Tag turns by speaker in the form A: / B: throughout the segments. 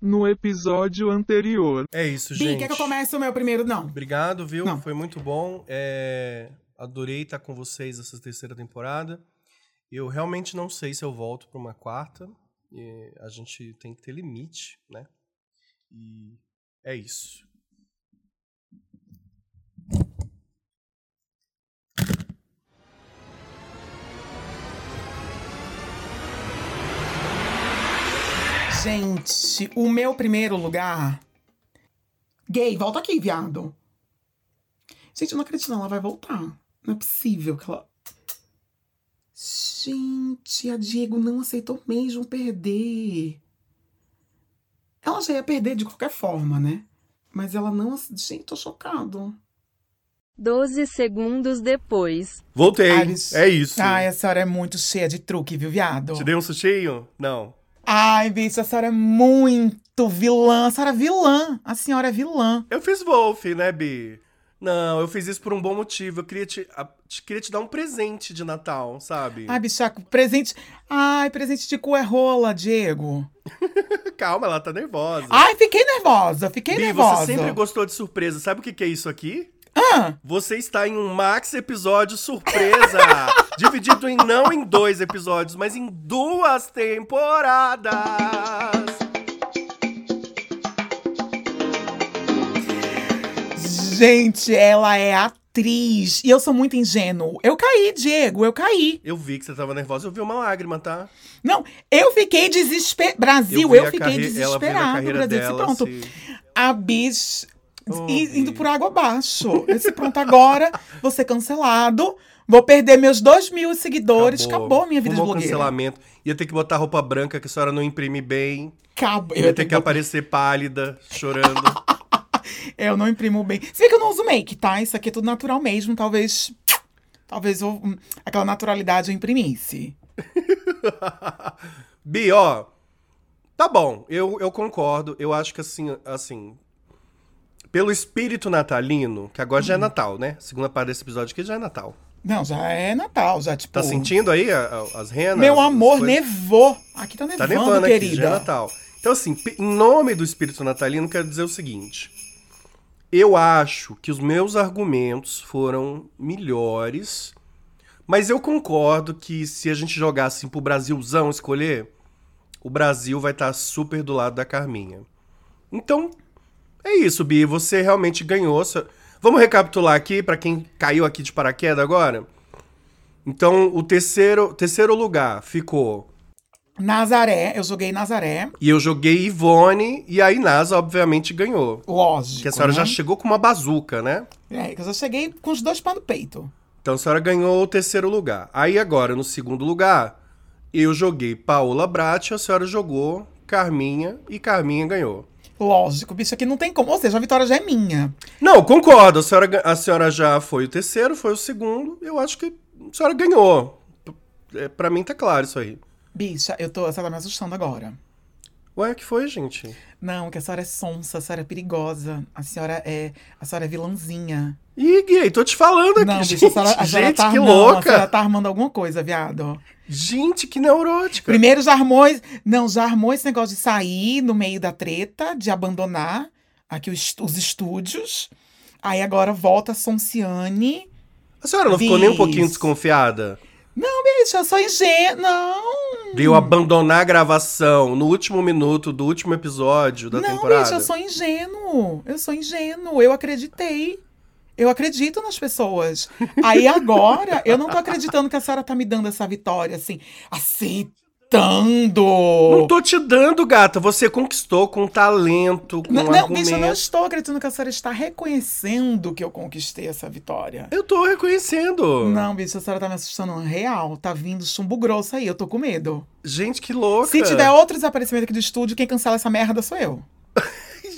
A: no episódio anterior.
B: É isso,
C: Bi,
B: gente.
C: quer que eu comece o meu primeiro? Não.
B: Obrigado, viu?
C: Não.
B: Foi muito bom. É, Adorei estar com vocês essa terceira temporada. Eu realmente não sei se eu volto para uma quarta. E a gente tem que ter limite, né? E é isso.
C: Gente, o meu primeiro lugar. Gay, volta aqui, viado. Gente, eu não acredito, não. Ela vai voltar. Não é possível que ela. Gente, a Diego não aceitou mesmo perder. Ela já ia perder de qualquer forma, né? Mas ela não. ace- Gente, tô chocado.
D: 12 segundos depois.
B: Voltei.
C: Ai, eles-
B: É isso.
C: Ai, a senhora é muito cheia de truque, viu, viado?
B: Te dei um sustinho? Não.
C: Ai, bicho, a senhora é muito vilã. A senhora é vilã. A senhora é vilã.
B: Eu fiz Wolf, né, Bi? Não, eu fiz isso por um bom motivo. Eu queria te, a- te- queria te dar um presente de Natal, sabe?
C: Ai, bichaco, presente. Ai, presente de cu é rola, Diego.
B: Calma, ela tá nervosa.
C: Ai, fiquei nervosa, fiquei
B: Bi,
C: nervosa.
B: você sempre gostou de surpresa. Sabe o que, que é isso aqui?
C: Ah,
B: Você está em um max episódio surpresa. dividido em não em dois episódios, mas em duas temporadas.
C: gente, ela é atriz. E eu sou muito ingênuo. Eu caí, Diego, eu caí.
B: Eu vi que você tava nervosa. Eu vi uma lágrima, tá?
C: Não, eu fiquei desesperado. Brasil,
B: vi
C: eu,
B: a
C: fiquei
B: carre- Ela vendo a
C: desesperado.
B: carreira
C: Brasil, disse,
B: dela. assim, tá
C: pronto.
B: se-
C: A bicha
B: Oh,
C: i- indo
B: Bi.
C: por água abaixo. Esse pronto agora, vou ser cancelado. Vou perder meus dois mil seguidores. Acabou, a minha vida
B: Fumou
C: de blogueira.
B: cancelamento. Ia ter que botar roupa branca que a senhora não imprime bem.
C: Acabou.
B: Ia ter que
C: botar-
B: aparecer pálida, chorando.
C: É, Eu não imprimo bem. Se bem que eu não uso make, tá? Isso aqui é tudo natural mesmo. Talvez. Talvez eu, hum, aquela naturalidade eu imprimisse.
B: Bi, ó. Tá bom, eu, eu concordo. Eu acho que assim, assim. Pelo espírito natalino, que agora já
C: Uhum.
B: é Natal, né? Segunda parte desse episódio aqui já é Natal.
C: Não, já é Natal, já tipo.
B: Tá sentindo aí a- a- as renas?
C: Meu
B: as
C: amor,
B: coisas?
C: nevou. Aqui tá
B: Tá
C: nevando,
B: nevando aqui, já é
C: querida.
B: Natal. Então, assim, pe- em nome do espírito natalino, quero dizer o seguinte. Eu acho que os meus argumentos foram melhores, mas eu concordo que se a gente jogar assim pro Brasilzão escolher, o Brasil vai estar super do lado da Carminha. Então, é isso, Bi. Você realmente ganhou. Só- Vamos recapitular aqui pra quem caiu aqui de paraquedas agora? Então, o terceiro, terceiro lugar ficou
C: Nazaré, eu joguei Nazaré.
B: e eu joguei Ivone, e aí NASA, obviamente, ganhou.
C: Lógico.
B: Porque a senhora
C: né?
B: já chegou com uma bazuca, né?
C: É, que eu já cheguei com os dois pés no peito.
B: Então a senhora ganhou o terceiro lugar. Aí agora, no segundo lugar, eu joguei Paola Bratti, a senhora jogou Carminha, e Carminha ganhou.
C: Lógico, bicho, aqui não tem como. Ou seja, a vitória já é minha.
B: Não, concordo, a senhora, ga- a senhora já foi o terceiro, foi o segundo, eu acho que a senhora ganhou. P- é, Pra mim tá claro isso aí.
C: Bicha, eu tô. Você tá me assustando agora.
B: Ué, que foi, gente?
C: Não, que a senhora é sonsa, a senhora é perigosa. A senhora é. A senhora é vilãzinha.
B: Ih, Gui, tô te falando aqui,
C: Não,
B: gente.
C: bicho, a senhora, a senhora
B: gente,
C: tá
B: que
C: armando, a
B: louca.
C: senhora tá armando alguma coisa, viado.
B: Gente, que neurótica.
C: Primeiro já armou, es- não, já armou esse negócio de sair no meio da treta, de abandonar aqui os, estu- os estúdios. Aí agora volta a Sonciane.
B: A senhora não ficou nem um
C: Fiz.
B: pouquinho desconfiada?
C: Bicho, eu sou ingênua. Não,
B: De eu abandonar a gravação no último minuto do último episódio da
C: não,
B: temporada?
C: bicho, eu sou ingênuo. Eu sou ingênuo. Eu acreditei. Eu acredito nas pessoas. Aí agora, eu não tô acreditando que a senhora tá me dando essa vitória, assim, aceitando.
B: Não tô te dando, gata. Você conquistou com talento, com
C: Não, não,
B: um argumento.
C: bicho, eu não estou acreditando que a senhora está reconhecendo que eu conquistei essa vitória.
B: Eu tô reconhecendo.
C: Não, bicho, a senhora tá me assustando real. Tá vindo chumbo grosso aí, eu tô com medo.
B: Gente, que louca.
C: Se tiver outro desaparecimento aqui do estúdio, quem cancela essa merda sou eu.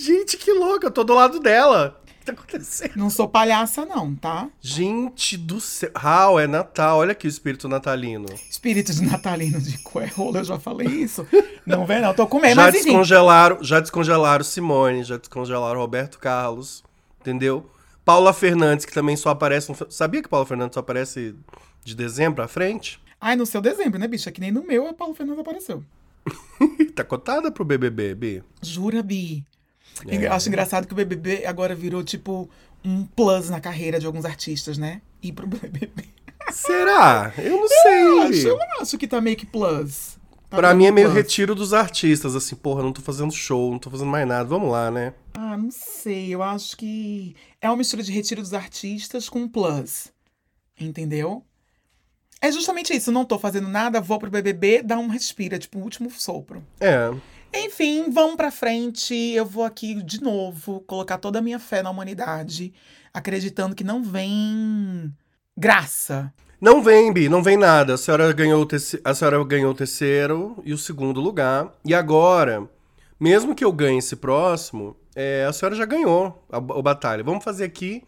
B: Gente, que louca. Eu tô do lado dela. O que tá acontecendo?
C: Não sou palhaça, não, tá?
B: Gente do céu. Raul, é Natal. Olha aqui o espírito natalino.
C: Espírito de natalino de coerrola, eu já falei isso. Não vem, não, tô com medo.
B: já
C: É, Mas enfim,
B: descongelaram, já descongelaram Simone, já descongelaram Roberto Carlos, entendeu? Paula Fernandes, que também só aparece. No... Sabia que Paula Fernandes só aparece de dezembro à frente?
C: ai, no seu dezembro, né, bicho? É que nem no meu, a Paulo Fernandes apareceu.
B: tá cotada pro BBB, Bi?
C: Jura, Bi?
B: É.
C: Engra- Acho engraçado que o BBB agora virou, tipo, um plus na carreira de alguns artistas, né? Ir pro BBB.
B: Será? Eu não
C: Eu
B: sei.
C: acho,
B: Bi.
C: eu acho que tá meio que plus. Tá
B: Pra mim é meio
C: plus.
B: retiro dos artistas, assim, porra, não tô fazendo show, não tô fazendo mais nada, vamos lá, né?
C: Ah, não sei. Eu acho que é uma mistura de retiro dos artistas com plus. Entendeu? É justamente isso. Não tô fazendo nada, vou pro BBB, dar um respira, tipo, um último sopro.
B: É.
C: Enfim, vamos pra frente. Eu vou aqui de novo colocar toda a minha fé na humanidade, acreditando que não vem graça.
B: Não vem, Bi, não vem nada. A senhora ganhou o, terce- a senhora ganhou o terceiro e o segundo lugar. E agora, mesmo que eu ganhe esse próximo, é, a senhora já ganhou a, a batalha. Vamos fazer aqui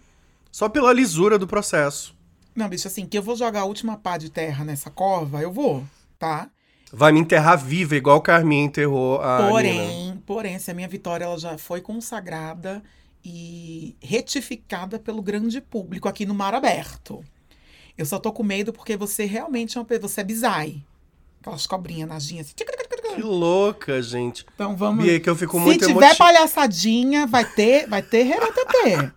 B: só pela lisura do processo.
C: Não, bicho, assim, que eu vou jogar a última pá de terra nessa cova, eu vou, tá?
B: Vai me enterrar viva, igual o Carminha enterrou a Nina.
C: Porém, porém, se a minha vitória ela já foi consagrada e retificada pelo grande público aqui no mar aberto. Eu só tô com medo porque você realmente é uma, pe- você é bizarre. Aquelas cobrinhas nadinhas assim.
B: Que louca, gente.
C: Então vamos.
B: Bia, que eu fico
C: Se
B: muito
C: tiver
B: emotiva.
C: palhaçadinha, vai ter, vai ter reretetê.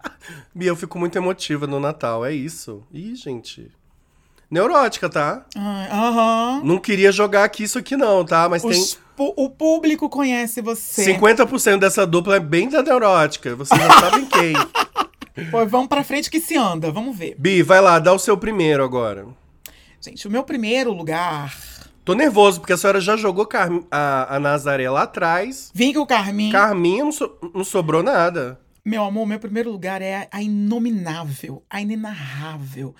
B: Bia, eu fico muito emotiva no Natal, é isso. Ih, gente. Neurótica, tá?
C: Ai, Aham.
B: Não queria jogar aqui isso aqui não, tá? Mas tem
C: Os pu- Hum? O público conhece você.
B: 50% dessa dupla é bem da neurótica. Vocês não sabem quem.
C: Pô, vamos pra frente que se anda, vamos ver.
B: Bi, vai lá, dá o seu primeiro agora.
C: Gente, o meu primeiro lugar.
B: Tô nervoso, porque a senhora já jogou Car... a, a Nazaré lá atrás.
C: Vem com o Carmin.
B: Carminha não, so- não sobrou nada.
C: Meu amor, meu primeiro lugar é a inominável, a inenarrável,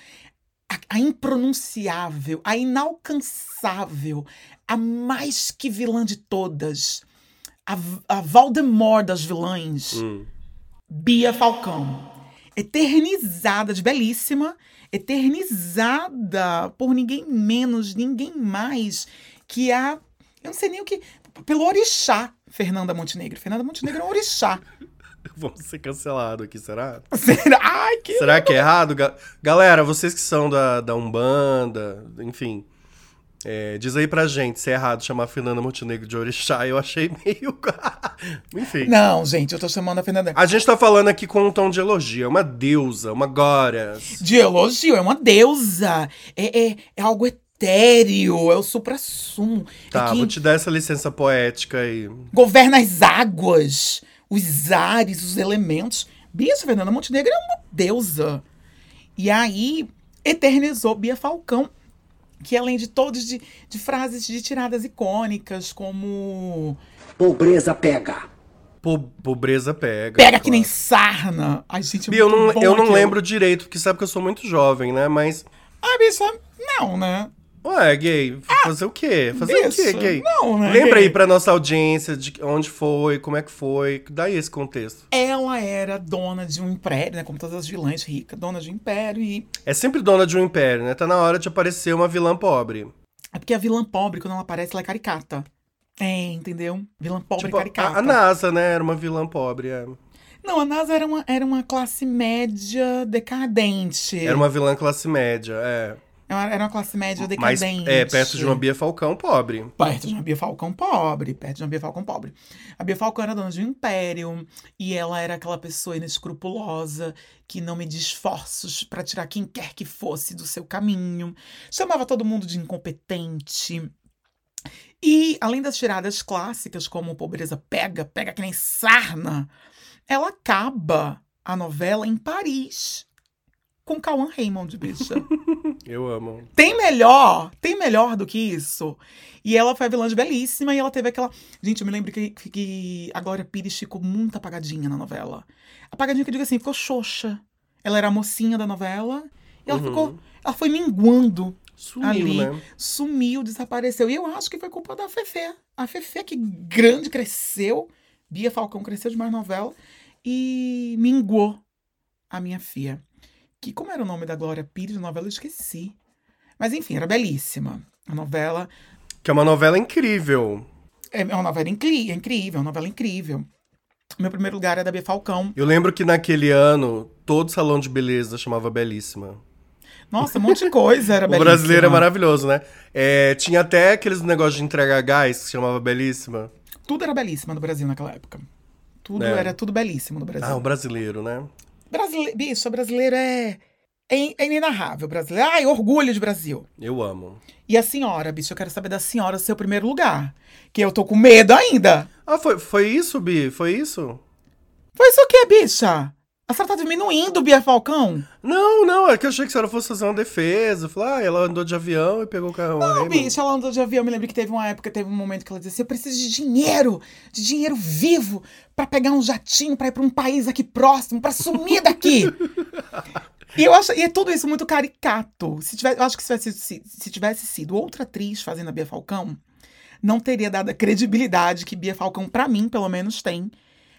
C: a, a impronunciável, a inalcançável, a mais que vilã de todas, a, a Voldemort das vilãs,
B: Hum.
C: Bia Falcão. Eternizada, de belíssima, eternizada por ninguém menos, ninguém mais que a. Eu não sei nem o que. Pelo orixá, Fernanda Montenegro. Fernanda Montenegro é um orixá.
B: Vamos ser cancelado aqui, será?
C: Será? Ai, que.
B: Será que é errado? Ga- Galera, vocês que são da, da Umbanda, enfim. é, diz aí pra gente se é errado chamar Fernanda Montenegro de Orixá. Eu achei meio. enfim.
C: Não, gente, eu tô chamando a Fernanda.
B: A gente tá falando aqui com um tom de elogio. É uma deusa, uma goddess.
C: De elogio, é uma deusa. É, é, é algo etéreo, é o suprassumo.
B: Tá,
C: é quem
B: vou te dar essa licença poética aí.
C: governa as águas, os ares, os elementos. Bicho, Fernanda Montenegro é uma deusa. E aí, eternizou Bia Falcão, que além de todos de, de frases de tiradas icônicas, como
E: Pobreza pega.
B: Po- pobreza pega.
C: pega que
B: claro.
C: nem sarna. Ai, gente, é
B: Bi, eu
C: muito
B: não,
C: bom
B: eu não
C: aquilo.
B: lembro direito, porque sabe que eu sou muito jovem, né? Mas.
C: Ah, bicho, não, né?
B: Ué, gay, fazer o quê? Fazer o quê,
C: Bicho,
B: gay?
C: Não, né?
B: Lembra aí
C: gay?
B: pra nossa audiência de onde foi, como é que foi. Dá aí esse contexto.
C: Ela era dona de um império, né? Como todas as vilãs ricas, dona de um império. E
B: É sempre dona de um império, né? Tá na hora de aparecer uma vilã pobre.
C: é porque a vilã pobre, quando ela aparece, ela é caricata. É, entendeu? Vilã pobre
B: Tipo,
C: caricata.
B: a, a NASA, né? Era uma vilã pobre. é.
C: Não, a NASA era uma, era uma classe média decadente.
B: Era uma vilã classe média, é.
C: Ela Era uma classe média
B: Mas
C: decadente.
B: é perto de uma Bia Falcão pobre.
C: Perto de uma Bia Falcão pobre, perto de uma Bia Falcão pobre. A Bia Falcão era dona de um império e ela era aquela pessoa inescrupulosa que não media esforços pra tirar quem quer que fosse do seu caminho. Chamava todo mundo de incompetente. E além das tiradas clássicas como pobreza pega, pega que nem sarna, ela acaba a novela em Paris com Cauan Raymond, bicha.
B: Eu amo.
C: Tem melhor, tem melhor do que isso. E ela foi a vilã de belíssima e ela teve aquela. Gente, eu me lembro que, que a Glória Pires ficou muito apagadinha na novela. Apagadinha que eu digo assim, ficou xoxa. Ela era a mocinha da novela e ela
B: Uhum.
C: ficou. Ela foi minguando,
B: Sumiu,
C: Ali.
B: né?
C: sumiu, desapareceu. E eu acho que foi culpa da Fefe. A Fefe, que grande, cresceu. Bia Falcão cresceu demais na novela e minguou a minha filha. Que como era o nome da Glória Pires na novela, eu esqueci. Mas enfim, era belíssima. A novela
B: Que é uma novela incrível.
C: é é uma novela incri- é incrível, é uma novela incrível. Meu primeiro lugar é da B Falcão.
B: Eu lembro que naquele ano, todo salão de beleza chamava Belíssima.
C: Nossa, um monte de coisa era
B: O
C: belíssima.
B: brasileiro é maravilhoso, né? É, tinha até aqueles negócios de entregar gás que chamava Belíssima.
C: Tudo era belíssima no Brasil naquela época. Tudo
B: É.
C: era tudo belíssimo no Brasil.
B: Ah, o brasileiro, né?
C: Brasile... Bicho, brasileiro é... é in- é inenarrável. Brasileiro. Ai, orgulho de Brasil.
B: Eu amo.
C: E a senhora, bicho, eu quero saber da senhora seu primeiro lugar. Que eu tô com medo ainda.
B: Ah, foi, foi isso, Bi? Foi isso?
C: Foi isso o quê, bicha? A senhora tá diminuindo, Bia Falcão?
B: Não, não, é que eu achei que a senhora fosse fazer uma defesa. Falar, ah, ela andou de avião e pegou o carro.
C: Não, bicho, ela andou de avião. é Eu me lembro que teve uma época, teve um momento que ela disse assim, eu preciso de dinheiro, de dinheiro vivo, pra pegar um jatinho, pra ir pra um país aqui próximo, pra sumir daqui. e eu acho, e é tudo isso muito caricato. Se tivesse, eu acho que se tivesse, se, se tivesse sido outra atriz fazendo a Bia Falcão, não teria dado a credibilidade que Bia Falcão, pra mim, pelo menos, tem.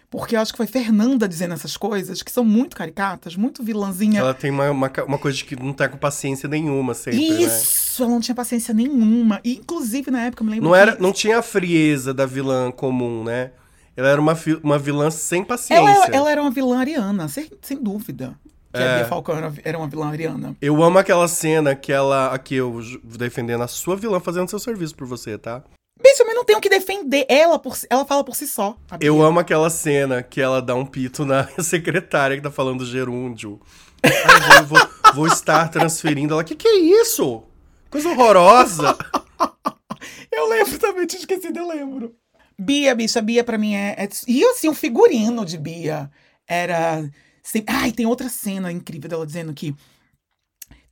C: Porque eu acho que foi Fernanda dizendo essas coisas, que são muito caricatas, muito vilãzinha.
B: Ela tem uma, uma, ca- uma coisa de que não tá com paciência nenhuma sempre, né?
C: Isso, ela não tinha paciência nenhuma. E, inclusive, na época, eu me lembro
B: Não, era,
C: que...
B: não tinha a frieza da vilã comum, né? Ela era uma, fi- uma vilã sem paciência.
C: ela, ela era uma vilã ariana, sem, sem dúvida. Que a Bia Falcão era, era uma vilã ariana.
B: Eu amo aquela cena que ela. Aqui eu ju- defendendo a sua vilã fazendo seu serviço por você, tá?
C: Bicho, mas não tem o que defender. Ela, por, si- ela fala por si só. a Bia.
B: Eu amo aquela cena que ela dá um pito na secretária que tá falando gerúndio. Ai, eu vou, vou estar transferindo ela. Que que é isso? Coisa horrorosa.
C: Eu lembro também, tinha esquecido, eu lembro. Bia, bicha, Bia pra mim é, é- E assim, o figurino de Bia era. sem- Ai, tem outra cena incrível dela dizendo que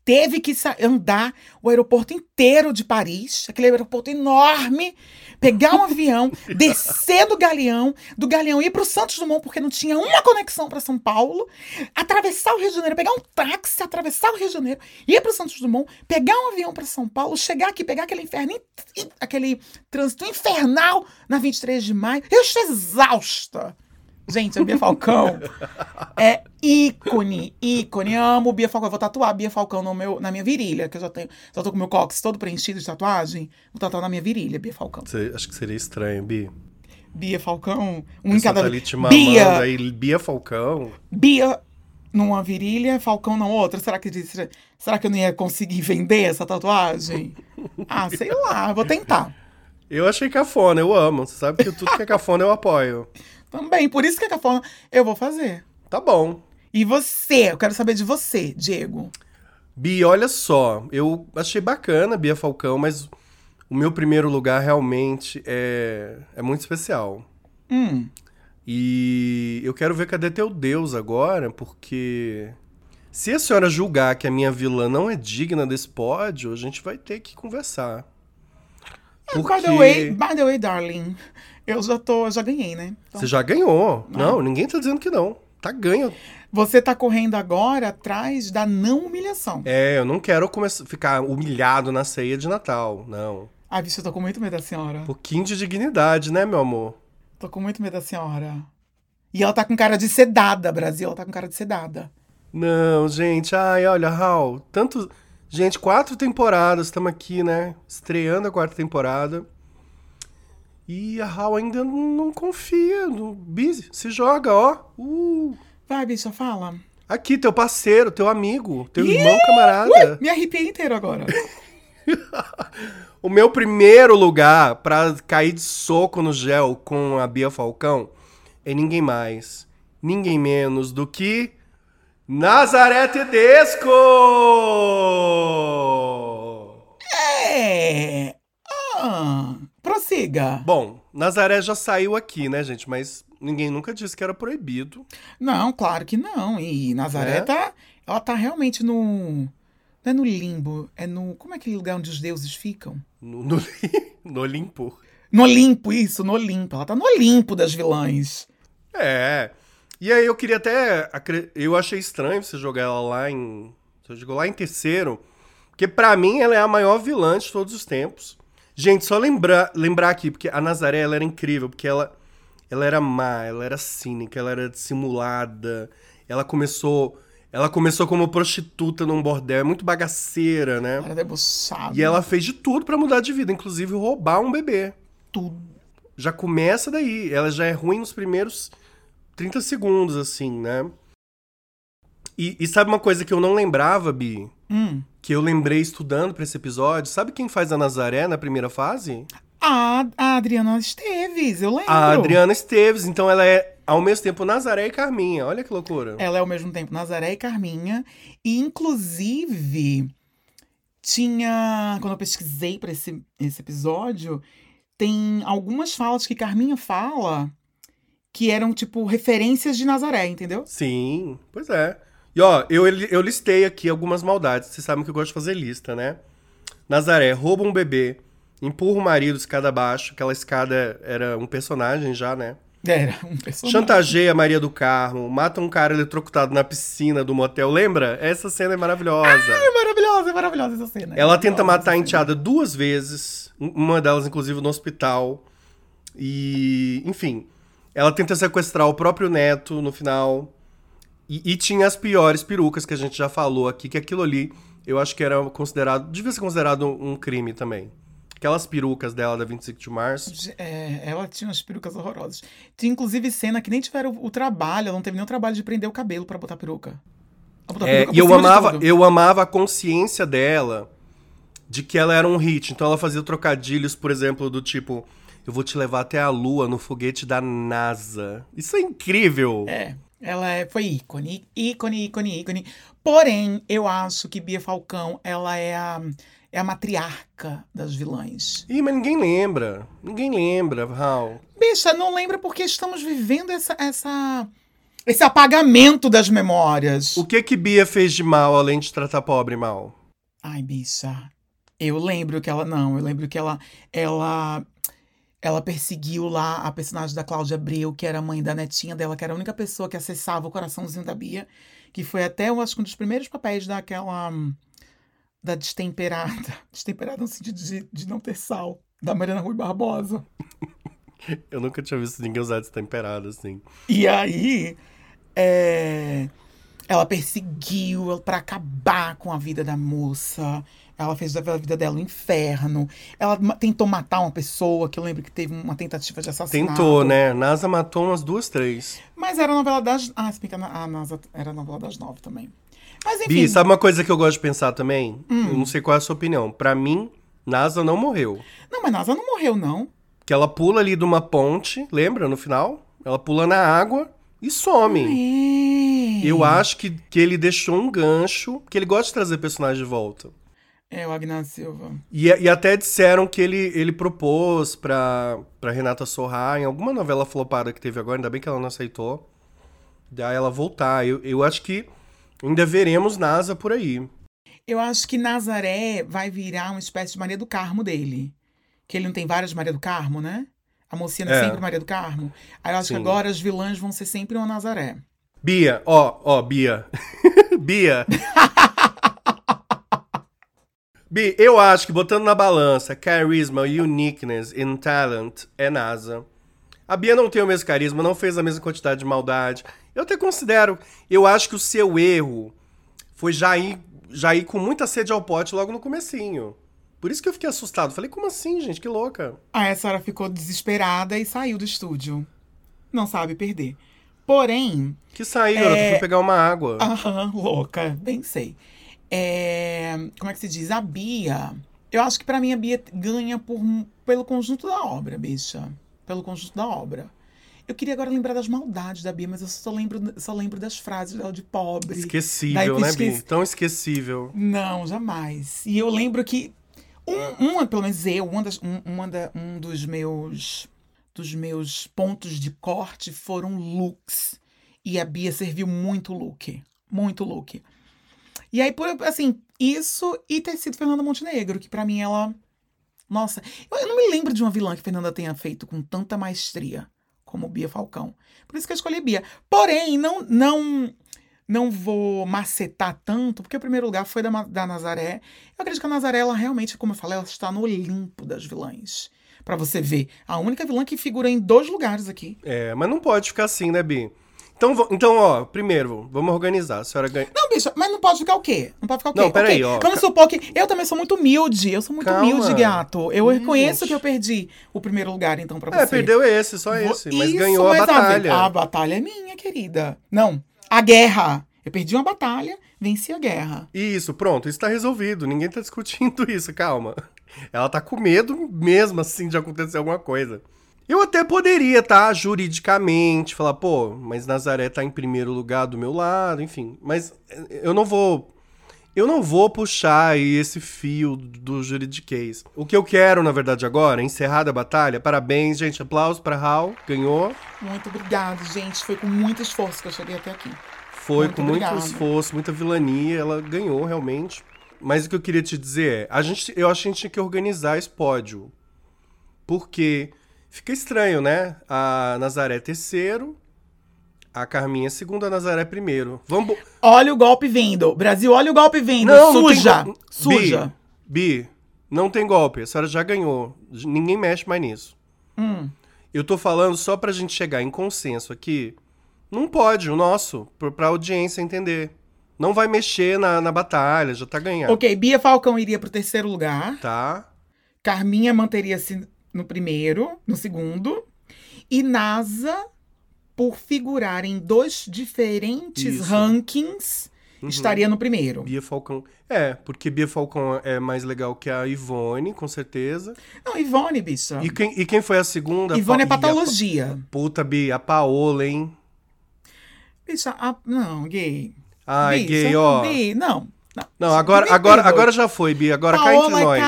C: teve que sa- andar o aeroporto inteiro de Paris, aquele aeroporto enorme, pegar um avião, descer do galeão, do galeão ir pro Santos Dumont, porque não tinha uma conexão pra São Paulo, atravessar o Rio de Janeiro, pegar um táxi, atravessar o Rio de Janeiro, ir pro Santos Dumont, pegar um avião pra São Paulo, chegar aqui, pegar aquele inferno, in- aquele trânsito infernal na 23 de maio. Eu estou exausta. Gente, a Bia Falcão é ícone, ícone. Amo Bia Falcão. Eu vou tatuar Bia Falcão no meu, na minha virilha, que eu já tenho. Já tô com o meu cóccix todo preenchido de tatuagem. Vou tatuar na minha virilha, Bia Falcão.
B: Você- Acho que seria estranho, Bi.
C: Bia Falcão, um em
B: Você
C: cada.
B: tá ali te mamando
C: Bia,
B: aí, Bia Falcão.
C: Bia numa virilha, Falcão na outra. Será que disse- será que eu não ia conseguir vender essa tatuagem? Ah, sei lá, vou tentar.
B: Eu achei cafona, eu amo. Você sabe que tudo que é cafona eu apoio.
C: Também, por isso que a cafona eu vou fazer.
B: Tá bom.
C: E você, eu quero saber de você, Diego.
B: Bi, olha só, eu achei bacana a Bia Falcão, mas o meu primeiro lugar realmente é, é muito especial.
C: Hum,
B: E eu quero ver cadê teu Deus agora, porque se a senhora julgar que a minha vilã não é digna desse pódio, a gente vai ter que conversar.
C: é, by the way, by the way, darling, eu já tô, eu já ganhei, né? Então,
B: você já ganhou. Não, ninguém tá dizendo que não. Tá ganho.
C: Você tá correndo agora atrás da não humilhação.
B: É, eu não quero começar, ficar humilhado na ceia de Natal, não.
C: Ai, bicho, eu tô com muito medo da senhora.
B: Um pouquinho de dignidade, né, meu amor?
C: Tô com muito medo da senhora. E ela tá com cara de sedada, Brasil. Ela tá com cara de sedada.
B: Não, gente, ai, olha, Raul, tanto. Gente, quatro temporadas, estamos aqui, né? Estreando a quarta temporada. E a Raul ainda não confia no Biz. Se joga, ó. Uh.
C: Vai, bicha, fala.
B: Aqui, teu parceiro, teu amigo, teu
C: Ih,
B: irmão, camarada.
C: Me arrepiei inteiro agora.
B: O meu primeiro lugar pra cair de soco no gel com a Bia Falcão é ninguém mais, ninguém menos do que Nazaré Tedesco!
C: É. Ah, prossiga.
B: Bom, Nazaré já saiu aqui, né, gente? Mas ninguém nunca disse que era proibido.
C: Não, claro que não. E Nazaré
B: É?
C: tá. Ela tá realmente no. Não é no limbo. É no. Como é aquele lugar onde os deuses ficam?
B: No, no, no Olimpo.
C: No Olimpo, isso, no Olimpo. Ela tá no Olimpo das vilãs.
B: É. E aí eu queria até. acre- Eu achei estranho você jogar ela lá em. Você jogou lá em terceiro. Porque pra mim ela é a maior vilã de todos os tempos. Gente, só lembrar, lembrar aqui, porque a Nazaré ela era incrível, porque ela, ela era má, ela era cínica, ela era dissimulada. Ela começou. Ela começou como prostituta num bordel, é muito bagaceira, né?
C: Ela era debochada.
B: E ela fez de tudo pra mudar de vida, inclusive roubar um bebê.
C: Tudo.
B: Já começa daí, ela já é ruim nos primeiros 30 segundos, assim, né? E, e sabe uma coisa que eu não lembrava, Bi?
C: Hum.
B: Que eu lembrei estudando pra esse episódio? Sabe quem faz a Nazaré na primeira fase?
C: A, Ah, a Adriana Esteves, eu lembro.
B: A Adriana Esteves. Então ela é, ao mesmo tempo, Nazaré e Carminha. Olha que loucura.
C: Ela é ao mesmo tempo Nazaré e Carminha. E, inclusive, tinha. Quando eu pesquisei para esse, esse episódio, tem algumas falas que Carminha fala que eram, tipo, referências de Nazaré, entendeu?
B: Sim, pois é. E ó, eu, eu listei aqui algumas maldades. Vocês sabem que eu gosto de fazer lista, né? Nazaré rouba um bebê, empurra o marido escada abaixo, aquela escada era um personagem já, né?
C: Era um personagem.
B: Chantageia Maria do Carmo, mata um cara eletrocutado na piscina do motel, lembra? Essa cena é maravilhosa.
C: É maravilhosa, é maravilhosa essa cena. é
B: Ela tenta
C: maravilhosa
B: matar a
C: essa cena.
B: enteada duas vezes, um- uma delas, inclusive, no hospital. E, enfim, ela tenta sequestrar o próprio neto no final. E, e tinha as piores perucas que a gente já falou aqui, que aquilo ali eu acho que era considerado. Devia ser considerado um um crime também. Aquelas perucas dela da 25 de março.
C: É, ela tinha umas perucas horrorosas. Tinha, inclusive, cena que nem tiveram o, o trabalho, ela não teve nem o trabalho de prender o cabelo pra botar peruca. Ela botou a
B: É,
C: peruca
B: e
C: por
B: eu
C: cima de
B: amava,
C: tudo.
B: eu amava a consciência dela de que ela era um hit. Então ela fazia trocadilhos, por exemplo, do tipo: Eu vou te levar até a lua no foguete da NASA. Isso é incrível!
C: É, ela é- foi ícone, ícone, ícone, ícone. Porém, eu acho que Bia Falcão, ela é a, é a matriarca das vilãs.
B: Ih, mas ninguém lembra. Ninguém lembra, Raul.
C: Bicha, não lembra porque estamos vivendo essa, essa, esse apagamento das memórias.
B: O que que Bia fez de mal além de tratar pobre mal?
C: Ai, bicha. Eu lembro que ela. Não, eu lembro que ela. Ela. Ela perseguiu lá a personagem da Cláudia Abreu, que era a mãe da netinha dela, que era a única pessoa que acessava o coraçãozinho da Bia, que foi até, eu acho que um dos primeiros papéis daquela. hum, Da destemperada. Destemperada no sentido de, de não ter sal. Da Mariana Rui Barbosa.
B: Eu nunca tinha visto ninguém usar destemperado assim.
C: E aí, é, ela perseguiu pra acabar com a vida da moça. Ela fez da vida dela um inferno. Ela ma- tentou matar uma pessoa, que eu lembro que teve uma tentativa de assassinato.
B: Tentou, né? NASA matou umas duas, três.
C: Mas era a novela das. Ah, se bem que a na- a NASA era a novela das nove também. Mas enfim. Hum.
B: Bi, sabe uma coisa que eu gosto de pensar também? Eu não sei qual é a sua opinião. Pra mim, NASA não morreu.
C: Não, mas NASA não morreu, não.
B: Que ela pula ali de uma ponte, lembra no final? Ela pula na água e some.
C: É.
B: Eu acho que, que ele deixou um gancho, que ele gosta de trazer personagens de volta.
C: É, o Agnaldo Silva.
B: E, e até disseram que ele, ele propôs pra, pra Renata Sorra, em alguma novela flopada que teve agora, ainda bem que ela não aceitou, daí ela voltar. Eu, eu acho que ainda veremos NASA por aí.
C: Eu acho que Nazaré vai virar uma espécie de Maria do Carmo dele. Que ele não tem várias Maria do Carmo, né? A mocinha não é
B: É.
C: sempre Maria do Carmo. Aí eu acho que
B: Sim.
C: agora as vilãs vão ser sempre uma Nazaré.
B: Bia, ó, ó, Bia. Bia. Bi, eu acho que botando na balança carisma, uniqueness and talent é NASA. A Bia não tem o mesmo carisma, não fez a mesma quantidade de maldade. Eu até considero, eu acho que o seu erro foi já ir, já ir com muita sede ao pote logo no comecinho. Por isso que eu fiquei assustado. Falei, como assim, gente? Que louca.
C: Aí a senhora ficou desesperada e saiu do estúdio. Não sabe perder. Porém,
B: Que saí, garota,
C: É.
B: fui pegar uma água.
C: aham, louca, bem sei. É, como é que se diz? A Bia. Eu acho que pra mim a Bia ganha por, um- pelo conjunto da obra, bicha. Pelo conjunto da obra. Eu queria agora lembrar das maldades da Bia, mas eu só lembro, só lembro das frases dela de pobre.
B: Esquecível,
C: Daí
B: né,
C: esqueci.
B: Bi? Tão esquecível.
C: Não, jamais. E eu lembro que um, uma, pelo menos eu, uma das, um, uma da- um dos meus dos meus pontos de corte foram looks. E a Bia serviu muito look, muito look. E aí por assim, isso e ter sido Fernanda Montenegro, que pra mim ela nossa, eu, eu não me lembro de uma vilã que Fernanda tenha feito com tanta maestria como Bia Falcão. Por isso que eu escolhi Bia. Porém, não não não vou macetar tanto, porque o primeiro lugar foi da, Ma- da Nazaré. Eu acredito que a Nazaré, ela realmente, como eu falei, ela está no Olimpo das vilãs. Pra você ver, a única vilã que figura em dois lugares aqui.
B: É, mas não pode ficar assim, né, Bi? Então, vo- então ó, primeiro, vamos organizar. A senhora ganha.
C: Não, bicho, mas não pode ficar o quê? Não pode ficar o quê?
B: Não, peraí,
C: Ok,
B: ó,
C: Vamos supor que eu também sou muito humilde. Eu sou muito
B: Calma.
C: humilde, gato. Eu
B: Gente.
C: reconheço que eu perdi o primeiro lugar, então, pra você.
B: É, perdeu esse, só
C: Vou-
B: esse. Mas
C: Isso,
B: ganhou
C: mas
B: a
C: ve-
B: batalha.
C: A, batalha é minha, querida. Não, a guerra. Eu perdi uma batalha, venci a guerra.
B: Isso, pronto, isso tá resolvido. Ninguém tá discutindo isso, calma. Ela tá com medo mesmo assim de acontecer alguma coisa. Eu até poderia, tá? Juridicamente, falar, pô, mas Nazaré tá em primeiro lugar do meu lado, enfim. Mas eh, eu não vou. Eu não vou puxar aí esse fio do juridiquês. O que eu quero, na verdade, agora, é encerrada a batalha, parabéns, gente. Aplausos pra Hal, ganhou.
C: Muito obrigada, gente. Foi com muito esforço que eu cheguei até aqui.
B: Foi
C: Muito
B: com muito
C: obrigada.
B: esforço, muita vilania, ela ganhou realmente. Mas o que eu queria te dizer é, a gente, eu acho que a gente tinha que organizar esse pódio. Porque fica estranho, né? A Nazaré é terceiro, a Carminha é segunda, a Nazaré é primeiro. Vamos. bo-
C: Olha o golpe vindo. Brasil, olha o golpe vindo.
B: tem
C: suja.
B: go-
C: suja.
B: Bi, Bi, não tem golpe. A senhora já ganhou. J- Ninguém mexe mais nisso.
C: Hum.
B: Eu tô falando só pra gente chegar em consenso aqui. Não pode, o nosso, pro- pra audiência entender. Não vai mexer na, na batalha, já tá ganhando.
C: Ok, Bia Falcão iria pro terceiro lugar.
B: Tá?
C: Carminha manteria-se no primeiro, no segundo. E NASA, por figurar em dois diferentes
B: Isso.
C: rankings,
B: Uhum.
C: estaria no primeiro.
B: Bia Falcão. É, porque Bia Falcão é mais legal que a Ivone, com certeza.
C: Não, Ivone, bicha.
B: E quem, e quem foi a segunda?
C: Ah. Ivone é
B: Pa- Ih, a Pa-
C: patologia.
B: Puta, Bi, a Paola, hein?
C: Bicha, ah, não, gay.
B: Ai,
C: Bicha,
B: gay, ó.
C: gay, não. é
B: Não, agora,
C: Me
B: agora,
C: perdoe.
B: agora já foi, Bi. Agora cá
C: Paola
B: entre nós.
C: é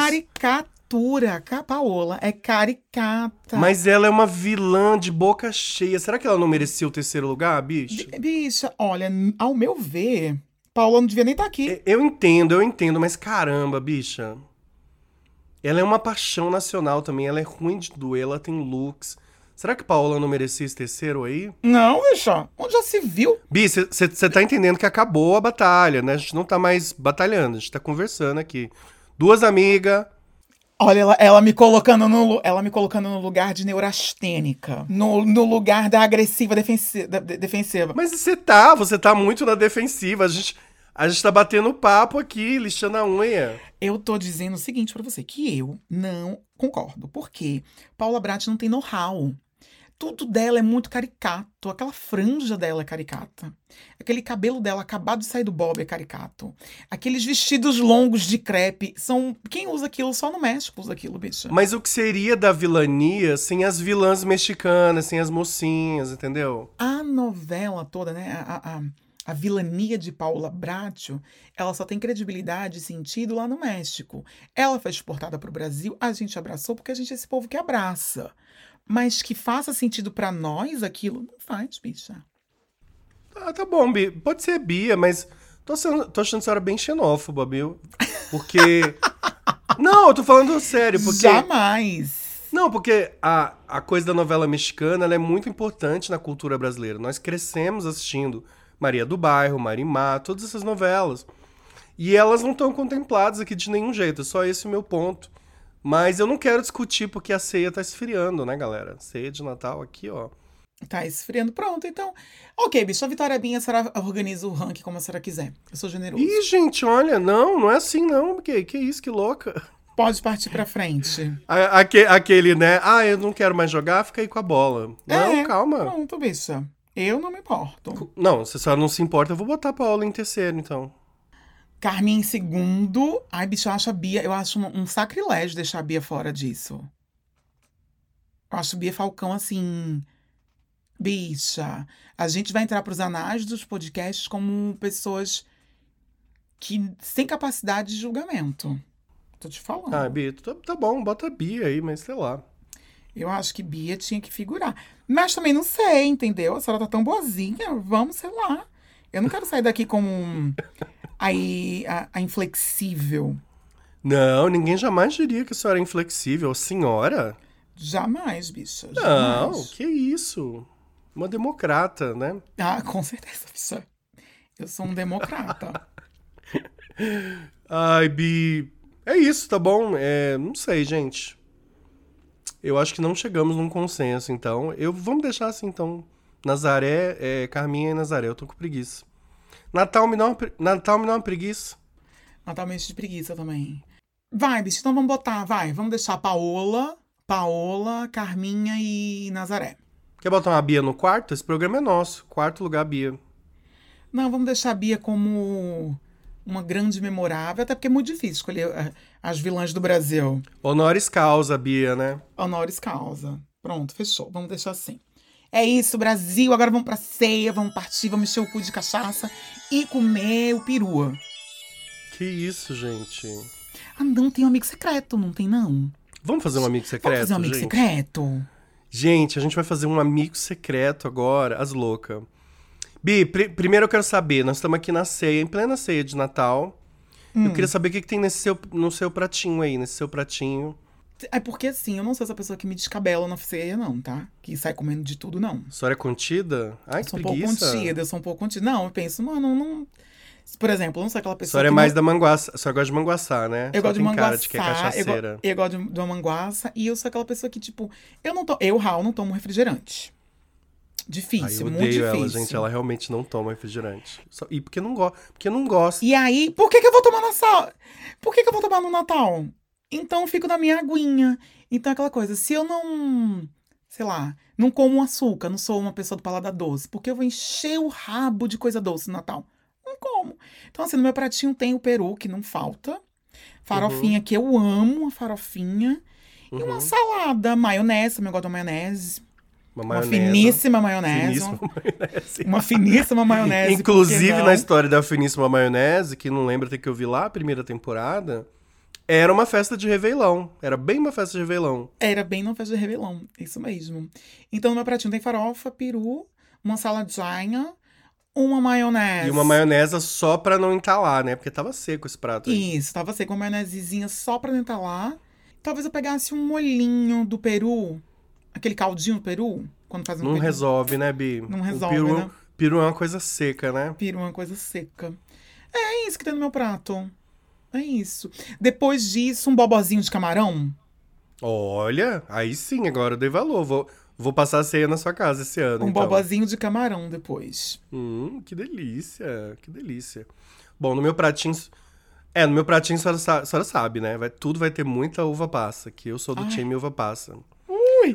C: caricatura. Ca- Paola é caricata.
B: Mas ela é uma vilã de boca cheia. Será que ela não merecia o terceiro lugar, bicho?
C: Bi- Bicha, olha, n- ao meu ver, Paola não devia nem estar aqui.
B: E- Eu entendo, eu entendo, mas caramba, bicha. Ela é uma paixão nacional também. Ela é ruim de doer, ela tem looks. Será que Paola não merecia esse terceiro aí?
C: Não, bicha, onde já se viu?
B: Bi, você tá entendendo que acabou a batalha, né? A gente não tá mais batalhando, a gente tá conversando aqui. Duas amigas.
C: Olha, ela, ela me colocando no, lu- ela me colocando no lugar de neurastênica. No, no lugar da agressiva defensi- da- de- defensiva.
B: Mas você tá, você tá muito na defensiva. A gente, a gente tá batendo papo aqui, lixando a unha.
C: Eu tô dizendo o seguinte pra você, que eu não concordo. Por quê? Paula Brat não tem know-how. Tudo dela é muito caricato. Aquela franja dela é caricata. Aquele cabelo dela acabado de sair do bob é caricato. Aqueles vestidos longos de crepe são. Quem usa aquilo só no México usa aquilo, bicha.
B: Mas o que seria da vilania sem as vilãs mexicanas, sem as mocinhas, entendeu?
C: A novela toda, né? A, a, a, a vilania de Paula Bracho, ela só tem credibilidade e sentido lá no México. Ela foi exportada para o Brasil, a gente abraçou porque a gente é esse povo que abraça. Mas que faça sentido para nós aquilo, não faz, bicha.
B: Ah, tá bom, Bi. Pode ser Bia, mas tô, sendo, tô achando a senhora bem xenófoba, Bill. Porque. Não, eu tô falando sério, porque.
C: Jamais.
B: Não, porque a, a coisa da novela mexicana ela é muito importante na cultura brasileira. Nós crescemos assistindo Maria do Bairro, Marimar, todas essas novelas. E elas não estão contempladas aqui de nenhum jeito. É só esse o meu ponto. Mas eu não quero discutir porque a ceia tá esfriando, né, galera? Ceia de Natal aqui, ó.
C: Tá esfriando. Pronto, então. Ok, bicha, a Vitória Binha, a senhora organiza o ranking como a senhora quiser. Eu sou generoso.
B: Ih, gente, olha, não, não é assim não, porque que isso, que louca.
C: Pode partir para frente.
B: A- aque- Aquele, né? Ah, eu não quero mais jogar, fica aí com a bola. Não,
C: É,
B: calma.
C: Pronto, bicha. Eu não me importo.
B: Não, se a senhora não se importa, eu vou botar a Paola em terceiro, então.
C: Carminha em segundo. Ai, bicho, eu acho a Bia. Eu acho um, um sacrilégio deixar a Bia fora disso. Eu acho Bia Falcão assim. Bicha, a gente vai entrar pros anais dos podcasts como pessoas que sem capacidade de julgamento. Tô te falando.
B: Ah, Bia, tá, tá bom, bota a Bia aí, mas sei lá.
C: Eu acho que Bia tinha que figurar. Mas também não sei, entendeu? A senhora tá tão boazinha, vamos, sei lá. Eu não quero sair daqui como um, aí, a- a inflexível.
B: Não, ninguém jamais diria que a senhora é inflexível. Senhora?
C: Jamais, bicha.
B: Não,
C: jamais.
B: que isso? Uma democrata, né?
C: Ah, com certeza, bicha. Eu sou um democrata.
B: Ai, Bi. É isso, tá bom? É, não sei, gente. Eu acho que não chegamos num consenso, então. Eu vamos deixar assim, então. Nazaré, é, Carminha e Nazaré, eu tô com preguiça. Natal me dá uma, pre- Natal me dá uma preguiça.
C: Natalmente de preguiça também. Vai, bicha, então vamos botar, vai. Vamos deixar Paola, Paola, Carminha e Nazaré.
B: Quer botar uma Bia no quarto? Esse programa é nosso. Quarto lugar, Bia.
C: Não, vamos deixar a Bia como uma grande memorável, até porque é muito difícil escolher eh, as vilãs do Brasil.
B: Honoris causa, Bia, né?
C: Honoris causa. Pronto, fechou. Vamos deixar assim. É isso, Brasil. Agora vamos pra ceia, vamos partir, vamos encher o cu de cachaça e comer o perua.
B: Que isso, gente.
C: Ah, não, tem um amigo secreto, não tem, não?
B: Vamos fazer um amigo
C: Vamos
B: secreto,
C: fazer um amigo
B: gente?
C: secreto?
B: Gente, a gente vai fazer um amigo secreto agora, as loucas. Bi, pri- primeiro eu quero saber, nós estamos aqui na ceia, em plena ceia de Natal.
C: Hum.
B: Eu queria saber o que, que tem nesse seu, no seu pratinho aí, nesse seu pratinho.
C: É porque assim, eu não sou essa pessoa que me descabela na ceia, não, tá? Que sai comendo de tudo, não.
B: História é contida? Ai,
C: Eu
B: que
C: sou um pouco
B: preguiça.
C: contida, eu sou um pouco contida. Não, eu penso, mano, não. Por exemplo, eu não sou aquela pessoa.
B: História é
C: que
B: mais
C: não-
B: da manguaça. A senhora gosta de manguaçar, né? Só
C: Eu gosto de
B: tem
C: manguaça.
B: cara de que é
C: eu,
B: cachaceira.
C: go... eu gosto de, de uma manguaça. E eu sou aquela pessoa que, tipo, eu não tomo. Eu, Raul, não tomo refrigerante.
B: Ai,
C: Difícil,
B: eu
C: muito
B: odeio
C: difícil.
B: ela, gente. Ela realmente não toma refrigerante. Só- E porque não gosta. Porque não gosta.
C: E aí, por que, que eu vou tomar nessa. Por que, que eu vou tomar no Natal? Então eu fico na minha aguinha. Então é aquela coisa, se eu não. Sei lá, não como açúcar, não sou uma pessoa do paladar doce, porque eu vou encher o rabo de coisa doce no Natal. Não como. Então, assim, no meu pratinho tem o peru, que não
B: Uhum.
C: falta. Farofinha, que eu amo a farofinha. E uma
B: Uhum.
C: salada, maionese, também eu gosto da maionese.
B: Uma
C: Uma né?
B: maionese.
C: finíssima maionese.
B: Finíssima maionese.
C: Uma finíssima maionese. por que
B: Inclusive,
C: não?
B: na história da Finíssima Maionese, que não lembra até que eu vi lá a primeira temporada, era uma festa de reveilão. Era bem uma festa de reveilão.
C: Era bem numa festa de Réveillon, isso mesmo. Então, no meu pratinho tem farofa, peru, uma saladinha, uma maionese.
B: E uma maionese só pra não entalar, né? Porque tava seco esse prato. aí.
C: Isso, tá tava seco, uma maionesezinha só pra tentar lá. Talvez eu pegasse um molhinho do peru, aquele caldinho do peru, quando faz um
B: Não
C: peru.
B: resolve, né, Bi?
C: Não
B: O
C: resolve,
B: peru,
C: né?
B: peru é uma coisa seca, né?
C: Peru é uma coisa seca. É isso que tem no meu prato. É isso. Depois disso, um bobozinho de camarão.
B: Olha, aí sim, agora eu dei valor. Vou, vou passar a ceia na sua casa esse ano.
C: Um
B: então.
C: bobozinho de camarão depois.
B: Hum, que delícia, que delícia. Bom, no meu pratinho. É, no meu pratinho a senhora, sa- a senhora sabe, né? Vai, tudo vai ter muita uva passa, que eu sou do
C: Ai.
B: time uva passa.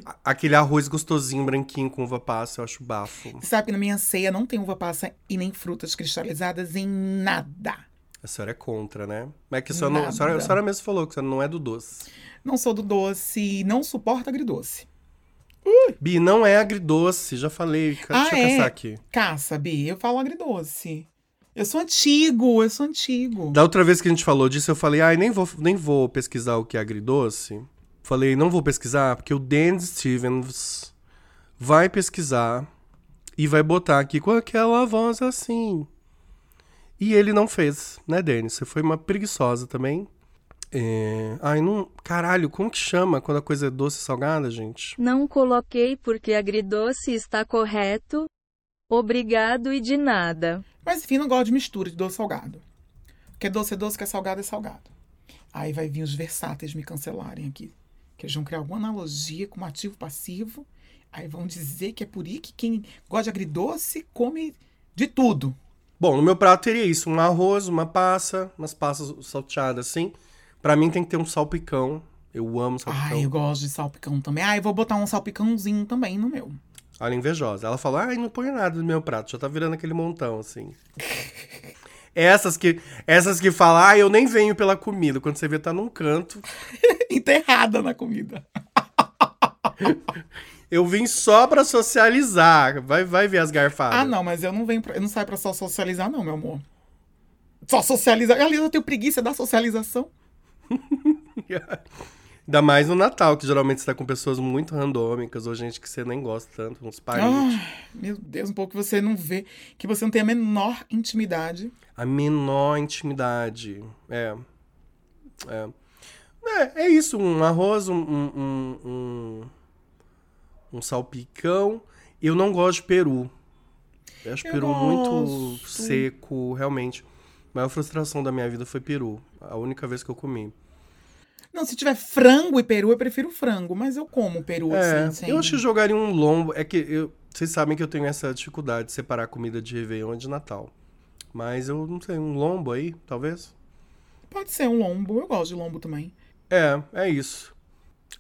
B: A- Aquele arroz gostosinho, branquinho com uva passa, eu acho bafo.
C: Sabe que na minha ceia não tem uva passa e nem frutas cristalizadas em nada.
B: A senhora é contra, né? Mas é que a senhora, não, a,
C: Nada.
B: senhora, a senhora mesmo falou que a senhora não é do doce.
C: Não sou do doce, não suporto agridoce.
B: Bi, não é agridoce, já falei. ca-
C: Ah,
B: Deixa eu
C: é?
B: caçar aqui.
C: Caça, Bi, eu falo agridoce. Eu sou antigo, eu sou antigo.
B: Da outra vez que a gente falou disso, eu falei, ai, nem vou, nem vou pesquisar o que é agridoce. Falei, não vou pesquisar, porque o Dan Stevens vai pesquisar e vai botar aqui com aquela voz assim. E ele não fez, né, Denis? Você foi uma preguiçosa também. É... Ai, não. Caralho, como que chama quando a coisa é doce e salgada, gente?
D: Não coloquei porque agridoce está correto. Obrigado e de nada.
C: Mas enfim, não gosto de mistura de doce e salgado. Que é doce é doce, que é salgado é salgado. Aí vai vir os versáteis me cancelarem aqui. Que eles vão criar alguma analogia com ativo passivo. Aí vão dizer que é por aí que quem gosta de agridoce come de tudo.
B: Bom, no meu prato teria isso: um arroz, uma passa, umas passas salteadas assim. Pra mim tem que ter um salpicão. Eu amo salpicão.
C: Ai, eu gosto de salpicão também. Ai, vou botar um salpicãozinho também no meu.
B: Olha, invejosa. Ela falou, ai, não põe nada no meu prato, já tá virando aquele montão, assim. essas que essas que falam, ai, eu nem venho pela comida. Quando você vê, tá num canto.
C: Enterrada na comida.
B: Eu vim só pra socializar. Vai, vai ver as garfadas.
C: Ah, não, mas eu não venho pra, eu não saio pra só socializar, não, meu amor. Só socializar. Aliás, eu tenho preguiça da socialização.
B: Ainda mais no Natal, que geralmente você tá com pessoas muito randômicas, ou gente que você nem gosta tanto, uns parentes.
C: Ah, meu Deus, um pouco que você não vê, que você não tem a menor intimidade.
B: A menor intimidade. É. É. É, é isso, um arroz, um, um, um, um- um salpicão. Eu não gosto de peru. Eu acho
C: Eu
B: peru muito
C: gosto.
B: seco, realmente. A maior frustração da minha vida foi peru. A única vez que eu comi.
C: Não, se tiver frango e peru, eu prefiro frango, mas eu como peru
B: É,
C: assim, sem.
B: eu acho que eu jogaria um lombo. É que eu- vocês sabem que eu tenho essa dificuldade de separar comida de Réveillon e de Natal. Mas eu não sei, um lombo aí, talvez?
C: Pode ser um lombo, eu gosto de lombo também.
B: É, é isso.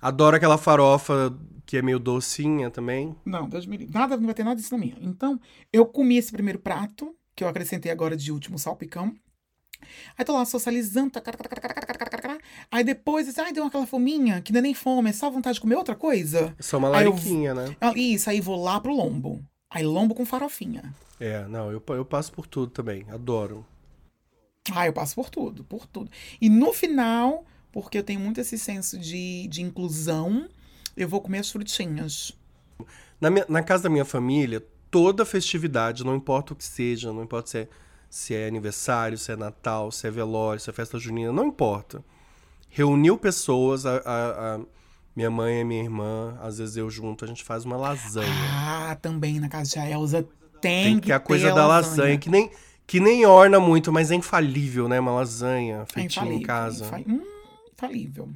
B: Adoro aquela farofa que é meio docinha também.
C: Não, Deus me livre. Nada, não vai ter nada disso na minha. Então, eu comi esse primeiro prato, que que eu acrescentei agora de último salpicão. Aí tô lá socializando. tá, cara, cara, cara, cara, cara, cara, cara, cara. Aí depois, assim, ai, deu aquela fominha, que não é nem fome, é só vontade de comer outra coisa.
B: Isso é uma
C: Aí eu-
B: lariquinha, né?
C: Ah, Isso, aí vou lá pro lombo. Aí lombo com farofinha.
B: É, não, eu, pa- eu passo por tudo também. Adoro.
C: Ah, eu passo por tudo, por tudo. E no final, porque eu tenho muito esse senso de, de inclusão, eu vou comer as frutinhas.
B: Na, minha- na casa da minha família, toda festividade, não importa o que seja, não importa se é, se é aniversário, se é Natal, se é velório, se é festa junina, não importa. Reuniu pessoas, a, a- a minha mãe e minha irmã, às vezes eu junto, a gente faz uma lasanha.
C: Ah, também na casa de Elza tem,
B: Tem
C: que
B: que a
C: ter
B: coisa da lasanha, que nem que nem orna muito, mas é infalível, né? Uma lasanha
C: É
B: feitinha em casa.
C: infa- hum, infalível.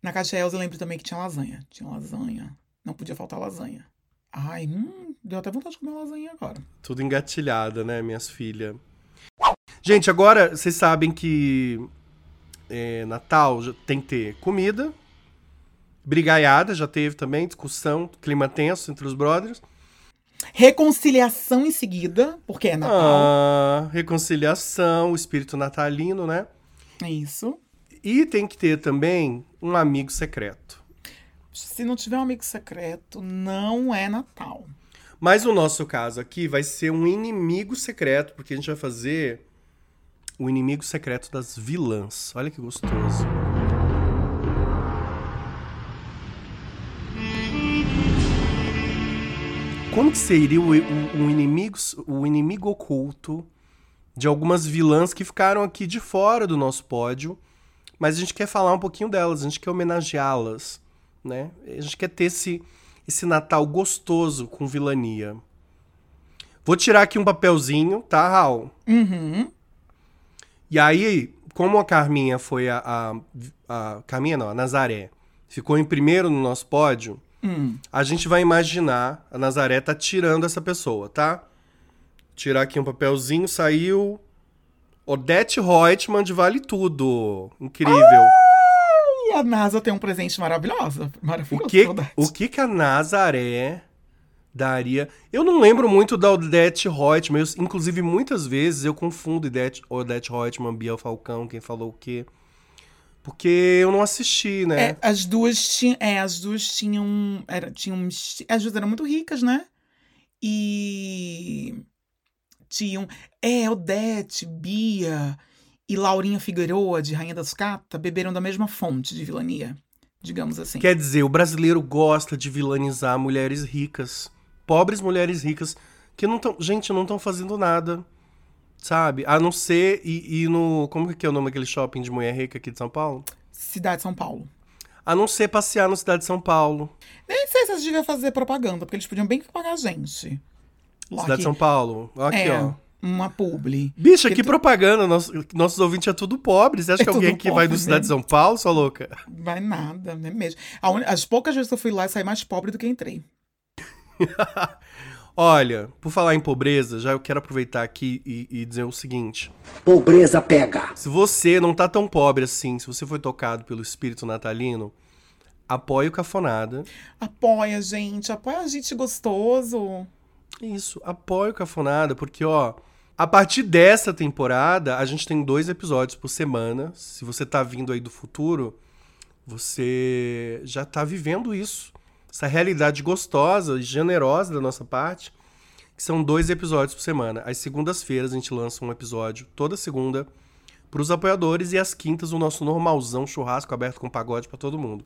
C: Na casa de Elza eu lembro também que tinha lasanha. Tinha lasanha. Não podia faltar lasanha. Ai, hum, deu até vontade de comer lasanha agora.
B: Tudo engatilhada, né, minhas filhas? Gente, agora vocês sabem que é, Natal já tem que ter comida, brigaiada já teve também, discussão, clima tenso entre os brothers,
C: Reconciliação em seguida, porque é Natal.
B: Ah, reconciliação, o espírito natalino, né?
C: É isso.
B: E tem que ter também um amigo secreto.
C: Se não tiver um amigo secreto, não é Natal.
B: Mas o nosso caso aqui vai ser um inimigo secreto, porque a gente vai fazer o inimigo secreto das vilãs. Olha que gostoso. Como que seria o, o- o inimigo, o inimigo oculto de algumas vilãs que ficaram aqui de fora do nosso pódio, mas a gente quer falar um pouquinho delas, a gente quer homenageá-las, né? A gente quer ter esse, esse Natal gostoso com vilania. Vou tirar aqui um papelzinho, tá, Raul?
C: Uhum.
B: E aí, como a Carminha foi a. a, a- Carminha não, a Nazaré ficou em primeiro no nosso pódio,
C: Hum.
B: a gente vai imaginar a Nazaré tá tirando essa pessoa, tá? Tirar aqui um papelzinho, saiu. Odete Reutemann de Vale Tudo. Incrível.
C: E a NASA tem um presente maravilhoso. Maravilhoso.
B: O que,
C: saudade.
B: o que que a Nazaré daria? Eu não lembro muito da Odete Reutemann. eu- inclusive, muitas vezes eu confundo Odete, Odete Reutemann, Biel Falcão, quem falou o quê. Porque eu não assisti, né?
C: É, as duas tinham. É, as duas tinham. Era, tinham um esti- as duas eram muito ricas, né? E. Tinham. É, Odete, Bia e Laurinha Figueroa, de Rainha da Sucata, beberam da mesma fonte de vilania. Digamos assim.
B: Quer dizer, o brasileiro gosta de vilanizar mulheres ricas. Pobres mulheres ricas que não estão. Gente, não estão fazendo nada. Sabe? A não ser e, e no. Como que é o nome daquele shopping de mulher rica aqui de São Paulo?
C: Cidade de São Paulo.
B: A não ser passear na cidade de São Paulo.
C: Nem sei se eles deviam fazer propaganda, porque eles podiam bem que pagar a gente. Lá
B: cidade de
C: que-
B: São Paulo. Aqui,
C: é,
B: ó.
C: Uma publi.
B: Bicha, que,
C: Porque tu-
B: propaganda. Nosso- nossos ouvintes é tudo pobre. Você acha
C: É
B: que alguém
C: tudo
B: que vai do
C: pobre
B: Cidade de São Paulo, sua louca?
C: Vai nada, né mesmo. A un- As poucas vezes que eu fui lá, eu saí mais pobre do que entrei.
B: Olha, por falar em pobreza, já eu quero aproveitar aqui e, e dizer o seguinte.
E: Pobreza pega.
B: Se você não tá tão pobre assim, se você foi tocado pelo espírito natalino, apoie o Cafonada.
C: Apoia, gente. Apoia a gente gostoso.
B: Isso, apoie o Cafonada, porque, ó, a partir dessa temporada, a gente tem dois episódios por semana. Se você tá vindo aí do futuro, você já tá vivendo isso. Essa realidade gostosa e generosa da nossa parte, que são dois episódios por semana. Às segundas-feiras a gente lança um episódio toda segunda pros apoiadores e às quintas o nosso normalzão churrasco aberto com pagode pra todo mundo.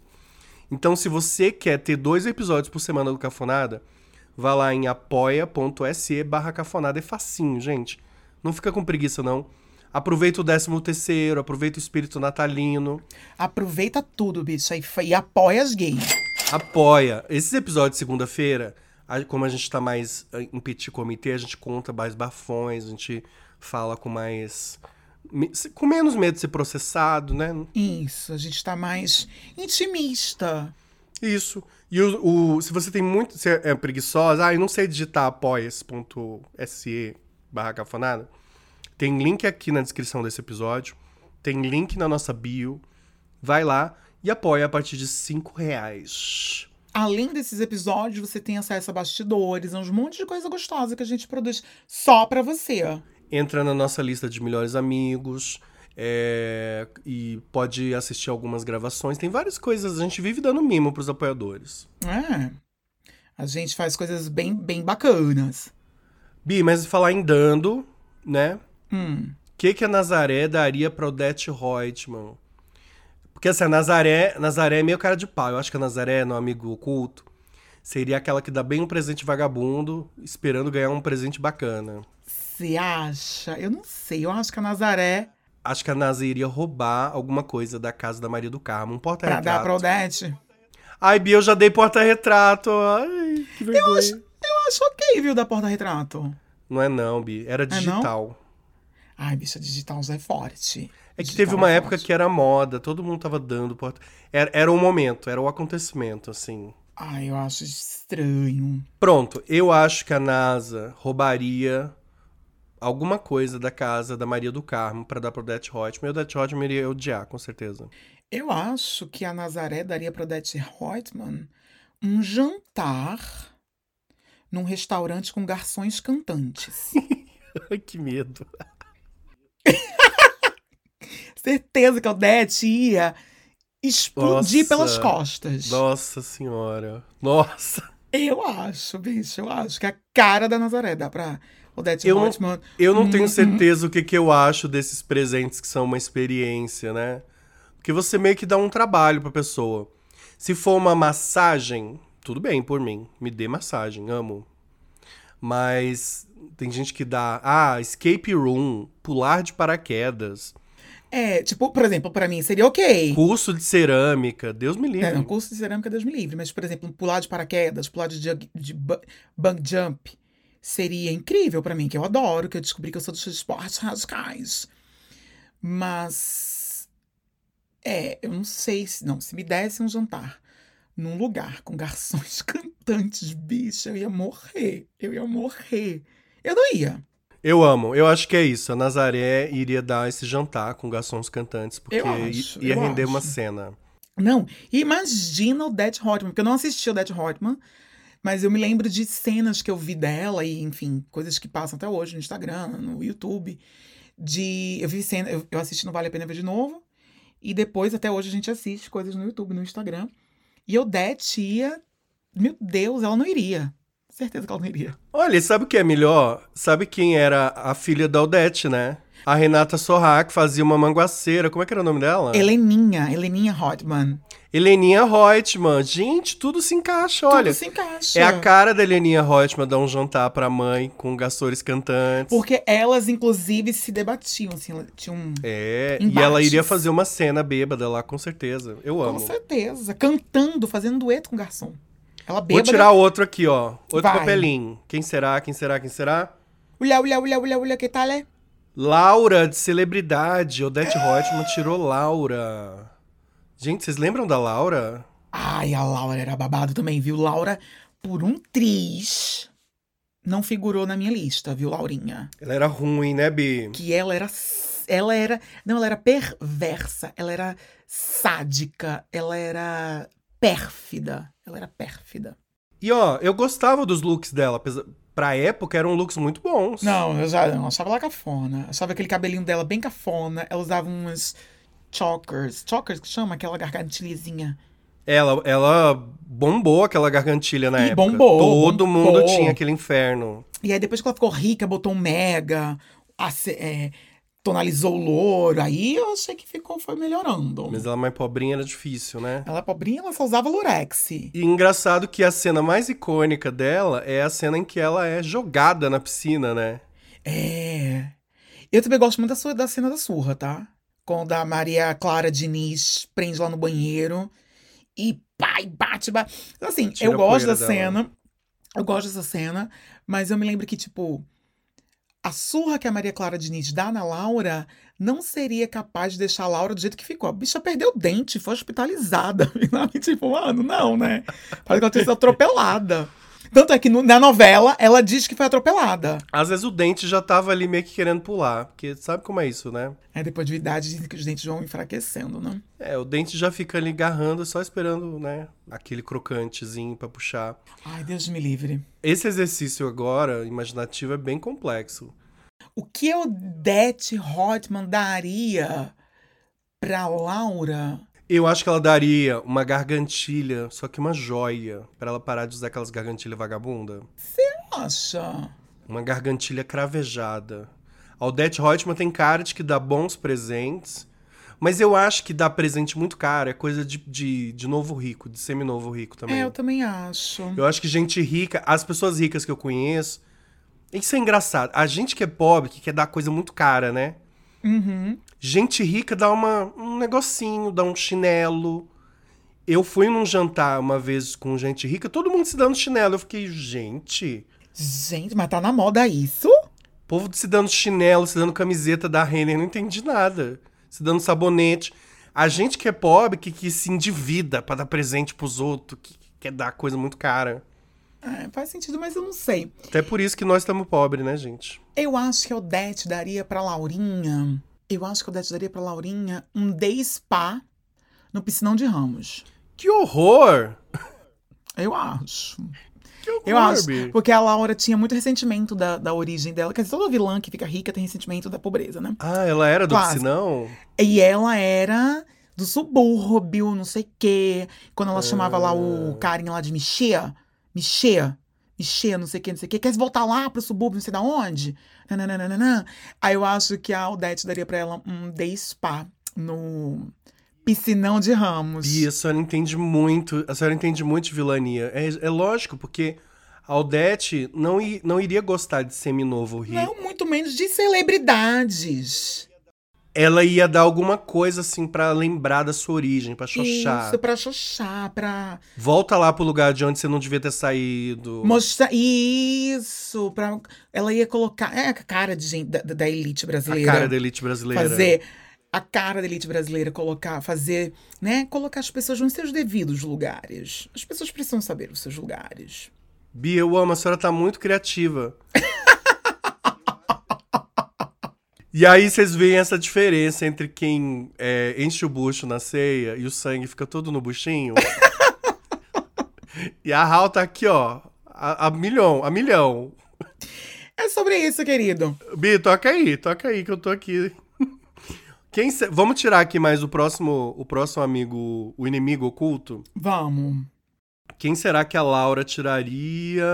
B: Então, se você quer ter dois episódios por semana do Cafonada, vá lá em apoia.se barra cafonada. É facinho, gente. Não fica com preguiça, não. Aproveita o 13 terceiro, aproveita o espírito natalino.
C: Aproveita tudo, bicha, e, fa- e apoia as gays.
B: apoia. Esses episódios de segunda-feira, a- como a gente tá mais eh, em petit comitê, a gente conta mais bafões, a gente fala com mais. me- se- com menos medo de ser processado, né?
C: Isso, a gente tá mais intimista.
B: Isso. E o, o- se você tem muito. Se é, é preguiçosa, ah, eu não sei digitar apoia.se barra cafonada. Tem link aqui na descrição desse episódio. Tem link na nossa bio. Vai lá e apoia a partir de 5 reais.
C: Além desses episódios, você tem acesso a bastidores, a uns monte de coisa gostosa que a gente produz só pra você.
B: entra na nossa lista de melhores amigos é, e pode assistir algumas gravações. Tem várias coisas. A gente vive dando mimo pros apoiadores.
C: É. A gente faz coisas bem, bem bacanas.
B: Bi, mas falar em dando, né?
C: Hum.
B: O que, que a Nazaré daria pra Odete Reutemann? Porque assim, a Nazaré, Nazaré é meio cara de pau. Eu acho que a Nazaré, no amigo oculto, seria aquela que dá bem um presente vagabundo, esperando ganhar um presente bacana.
C: Você acha? Eu não sei. Eu acho que a Nazaré,
B: Acho que a Nazaré iria roubar alguma coisa da casa da Maria do Carmo, um
C: pra dar pra
B: porta-retrato.
C: Odete,
B: Ai, Bi, eu já dei porta-retrato. Ai, que vergonha.
C: eu acho ok, viu, da porta-retrato.
B: Não é não, Bi. Era
C: não?
B: digital.
C: Ai, bicha, digital já é forte.
B: É, que
C: Digital
B: teve uma
C: é
B: época
C: forte.
B: que era moda, todo mundo tava dando porta. Era, era o momento, era o acontecimento, assim.
C: Ai, eu acho estranho.
B: Pronto, eu acho que a NASA roubaria alguma coisa da casa da Maria do Carmo pra dar pro Det Hotman. E o Det Hotman iria odiar, com certeza.
C: Eu acho que a Nazaré daria para Odete Reutemann um jantar num restaurante com garçons cantantes.
B: Ai, que medo.
C: Certeza que a Odete ia explodir
B: Nossa.
C: pelas costas.
B: Nossa senhora. Nossa.
C: Eu acho, bicho, eu acho que a cara da Nazaré dá pra Odete
B: Eu não-
C: Reutemann.
B: Eu não tenho
C: Uhum.
B: certeza o que, que eu acho desses presentes que são uma experiência, né? Porque você meio que dá um trabalho pra pessoa. Se for uma massagem, tudo bem por mim. Me dê massagem, amo. Mas tem gente que dá, ah, escape room, pular de paraquedas,
C: É, tipo, por exemplo, pra mim seria ok.
B: curso de cerâmica, Deus me
C: É, um
B: livre.
C: curso de cerâmica, Deus me livre. Mas, por exemplo, pular de paraquedas, pular de, jug, de bu- bungee jump seria incrível pra mim, que eu adoro, que eu descobri que eu sou dos esportes radicais. Mas. É, eu não sei se. Não, se me desse um jantar num lugar com garçons cantantes, bicho, eu ia morrer. Eu ia morrer. Eu não ia.
B: Eu amo, eu acho que é isso. A Nazaré iria dar esse jantar com garçons cantantes, porque
C: Eu acho,
B: ia
C: eu
B: render uma
C: acho.
B: cena.
C: Não, imagina o Dead Hotman, porque eu não assisti o Dead Hotman, mas eu me lembro de cenas que eu vi dela e, enfim, coisas que passam até hoje no Instagram, no YouTube. De. Eu vi cena, eu, eu assisti no Vale a Pena Ver de novo. E depois, até hoje, a gente assiste coisas no YouTube, no Instagram. E Odete ia. Meu Deus, ela não iria. Certeza que ela não iria.
B: Olha, sabe o que é melhor? Sabe quem era a filha da Odete, né? A Renata Sorra, que fazia uma manguaceira. Como é que era o nome dela?
C: Heleninha, Heleninha Hotman.
B: Heleninha Reutemann. Gente, tudo se encaixa, olha.
C: Tudo se encaixa.
B: É a cara da Heleninha Reutemann dar um jantar pra mãe com gastores cantantes.
C: Porque elas, inclusive, se debatiam, assim, ela tinha um.
B: É, e
C: Embates.
B: ela iria fazer uma cena bêbada lá, com certeza. Eu
C: Com
B: amo.
C: certeza. Cantando, fazendo dueto com o garçom. Ela
B: Vou
C: bêbada.
B: tirar outro aqui, ó. Outro
C: Vai.
B: papelinho. Quem será? Quem será? Quem será?
C: Olha, olha, olha, olha, olha, que tal é?
B: Laura, de celebridade. Odete Reutemann tirou Laura. Gente, vocês lembram da Laura?
C: Ai, a Laura era babado também, viu? Laura, por um triz, não figurou na minha lista, viu, Laurinha?
B: Ela era ruim, né, Bi?
C: Que ela era. s- Ela era. Não, ela era perversa. Ela era sádica. Ela era pérfida. Ela era pérfida.
B: E ó, eu gostava dos looks dela. apesar- Pra época eram looks muito bons.
C: Não, eu já não. eu Achava ela cafona. Achava aquele cabelinho dela bem cafona. Ela usava umas chokers. Chokers que chama aquela gargantilhazinha.
B: Ela, ela bombou aquela gargantilha na
C: E
B: época.
C: bombou,
B: Todo
C: bombou.
B: mundo tinha aquele inferno.
C: E aí depois que ela ficou rica, botou um mega, ace- é, tonalizou o louro, aí eu achei que ficou, foi melhorando.
B: Mas ela mais pobrinha era difícil, né?
C: Ela é pobrinha, ela só usava lurex.
B: E engraçado que a cena mais icônica dela é a cena em que ela é jogada na piscina, né?
C: É. Eu também gosto muito da, sua- da cena da surra, tá? Quando a Maria Clara Diniz prende lá no banheiro e pai, bate, bate. Assim,
B: Tira
C: eu
B: a
C: gosto da
B: poeira dela.
C: cena, eu gosto dessa cena, mas eu me lembro que, tipo, a surra que a Maria Clara Diniz dá na Laura não seria capaz de deixar a Laura do jeito que ficou. A bicha perdeu o dente, foi hospitalizada. E, tipo, mano, não, né? Parece que ela tinha sido atropelada. Tanto é que no- na novela ela diz que foi atropelada.
B: Às vezes o dente já tava ali meio que querendo pular, porque sabe como é isso, né?
C: Aí depois de uma idade dizem que os dentes vão enfraquecendo, né?
B: É, o dente já fica ali garrando, só esperando, né, aquele crocantezinho pra puxar.
C: Ai, Deus me livre.
B: Esse exercício agora, imaginativo, é bem complexo.
C: O que a Odete Hotman daria pra Laura?
B: Eu acho que ela daria uma gargantilha, só que uma joia, pra ela parar de usar aquelas gargantilhas vagabunda.
C: Acha?
B: Uma gargantilha cravejada. A Odete Reutemann tem cara de que dá bons presentes, mas eu acho que dá presente muito caro, é coisa de, de, de novo rico, de seminovo rico também.
C: É, eu também acho.
B: Eu acho que gente rica, as pessoas ricas que eu conheço, isso é engraçado. A gente que é pobre, que quer dar coisa muito cara, né?
C: Uhum.
B: Gente rica dá uma, um negocinho, dá um chinelo. Eu fui num jantar uma vez com gente rica, todo mundo se dando chinelo. Eu fiquei, gente,
C: Gente, mas tá na moda isso?
B: o povo se dando chinelo, se dando camiseta da Renner, não entendi nada. Se dando sabonete. A gente que é pobre, que, que se endivida pra dar presente pros outros, que, que quer dar coisa muito cara.
C: É, faz sentido, mas eu não sei.
B: Até por isso que nós estamos pobres, né, gente?
C: Eu acho que a Odete daria pra Laurinha. Eu acho que a Odete daria pra Laurinha um day spa no piscinão de Ramos.
B: Que horror!
C: Eu acho.
B: Que horror,
C: Eu acho.
B: Bi.
C: Porque a Laura tinha muito ressentimento da, da origem dela. Quer dizer, toda vilã que fica rica tem ressentimento da pobreza, né?
B: Ah, ela era do
C: Quase.
B: piscinão?
C: E ela era do subúrbio, não sei o quê. Quando ela chamava lá o carinha lá de Michê, Michê, Michê, não sei o quê, não sei o quê. Quer voltar lá pro subúrbio, não sei da onde? Nananana. Aí eu acho que a Odete daria pra ela um day spa no piscinão de Ramos.
B: Bia, a senhora entende muito. A senhora entende muito de vilania. É, é lógico, porque a Odete não, i- não iria gostar de seminovo rico.
C: Não, muito menos de celebridades.
B: Ela ia dar alguma coisa, assim, pra lembrar da sua origem, pra xoxar.
C: Isso, pra xoxar, pra
B: Volta lá pro lugar de onde você não devia ter saído.
C: mostrar. Isso, pra... ela ia colocar. É a cara de gente da, da elite
B: a
C: brasileira.
B: cara da elite brasileira.
C: fazer a cara da elite brasileira, colocar, fazer, né, colocar as pessoas nos seus devidos lugares. As pessoas precisam saber os seus lugares.
B: Bia, eu amo, a senhora tá muito criativa. e aí vocês veem essa diferença entre quem é, enche o bucho na ceia e o sangue fica todo no buchinho. e a Hal tá aqui, ó, a, a milhão, a milhão.
C: É sobre isso, querido.
B: Bi, toca aí, toca aí que eu tô aqui. Quem se- Vamos tirar aqui mais o próximo, o próximo amigo, o inimigo oculto.
C: Vamos.
B: Quem será que a Laura tiraria?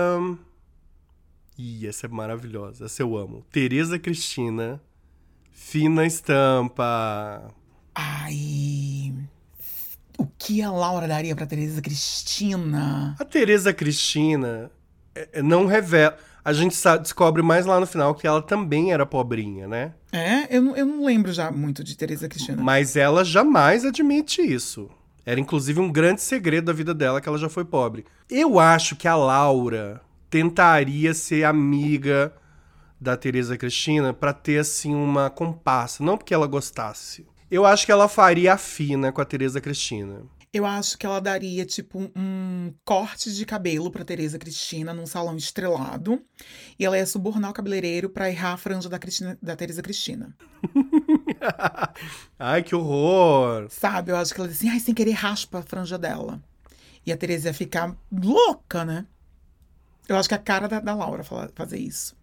B: Ih, essa é maravilhosa. Essa eu amo. Tereza Cristina. Fina estampa.
C: Ai. O que a Laura daria pra Tereza Cristina?
B: A Tereza Cristina é, é, não revela. A gente sa- descobre mais lá no final que ela também era pobrinha, né?
C: É? Eu, não- eu não lembro já muito de Tereza Cristina.
B: Mas ela jamais admite isso. Era inclusive um grande segredo da vida dela que ela já foi pobre. Eu acho que a Laura tentaria ser amiga da Tereza Cristina pra ter assim uma comparsa, não porque ela gostasse. Eu acho que ela faria a fina com a Tereza Cristina.
C: Eu acho que ela daria, tipo, um- um corte de cabelo pra Tereza Cristina num salão estrelado. E ela ia subornar o cabeleireiro pra errar a franja da, Cristina, da Tereza Cristina.
B: Ai, que horror!
C: Sabe, eu acho que ela disse assim, ai, sem querer raspa a franja dela. E a Tereza ia ficar louca, né? Eu acho que é a cara da, da Laura fala- fazer isso.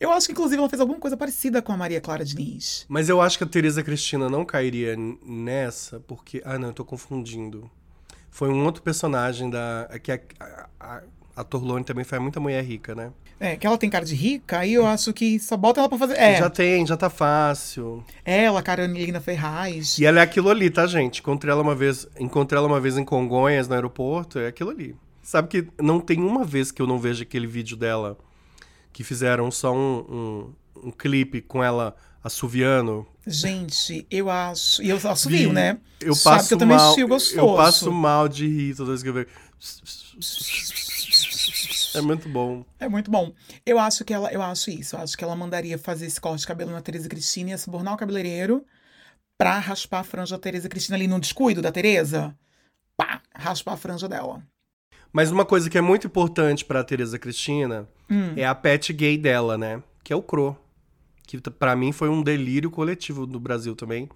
C: Eu acho que, inclusive, ela fez alguma coisa parecida com a Maria Clara Diniz.
B: Mas eu acho que a Tereza Cristina não cairia n- nessa, porque. Ah, não, eu tô confundindo. Foi um outro personagem da. é Que a, a, a, a Torlone também faz muita mulher rica, né?
C: É, que ela tem cara de rica, aí eu acho que só bota ela pra fazer. É,
B: Já tem, já tá fácil.
C: ela, Carolina Ferraz.
B: E ela é aquilo ali, tá, gente? Encontrei ela uma vez, encontrei ela uma vez em Congonhas, no aeroporto, é aquilo ali. Sabe que não tem uma vez que eu não vejo aquele vídeo dela que fizeram só um, um, um clipe com ela assoviando.
C: Gente, eu acho. E eu assumiu,
B: Bi,
C: né?
B: Eu
C: Sabe
B: passo
C: que eu também
B: mal,
C: assisti o gostoso.
B: eu passo mal de rir toda vez que eu vejo. É muito bom.
C: É muito bom. Eu acho que ela, eu acho isso. Eu acho que ela mandaria fazer esse corte de cabelo na Tereza Cristina e ia subornar o cabeleireiro pra raspar a franja da Tereza Cristina ali no descuido da Tereza. Pá, raspar a franja dela.
B: Mas uma coisa que é muito importante pra Tereza Cristina
C: Hum.
B: é a pet gay dela, né? Que é o Cro. Que t- pra mim foi um delírio coletivo no Brasil também.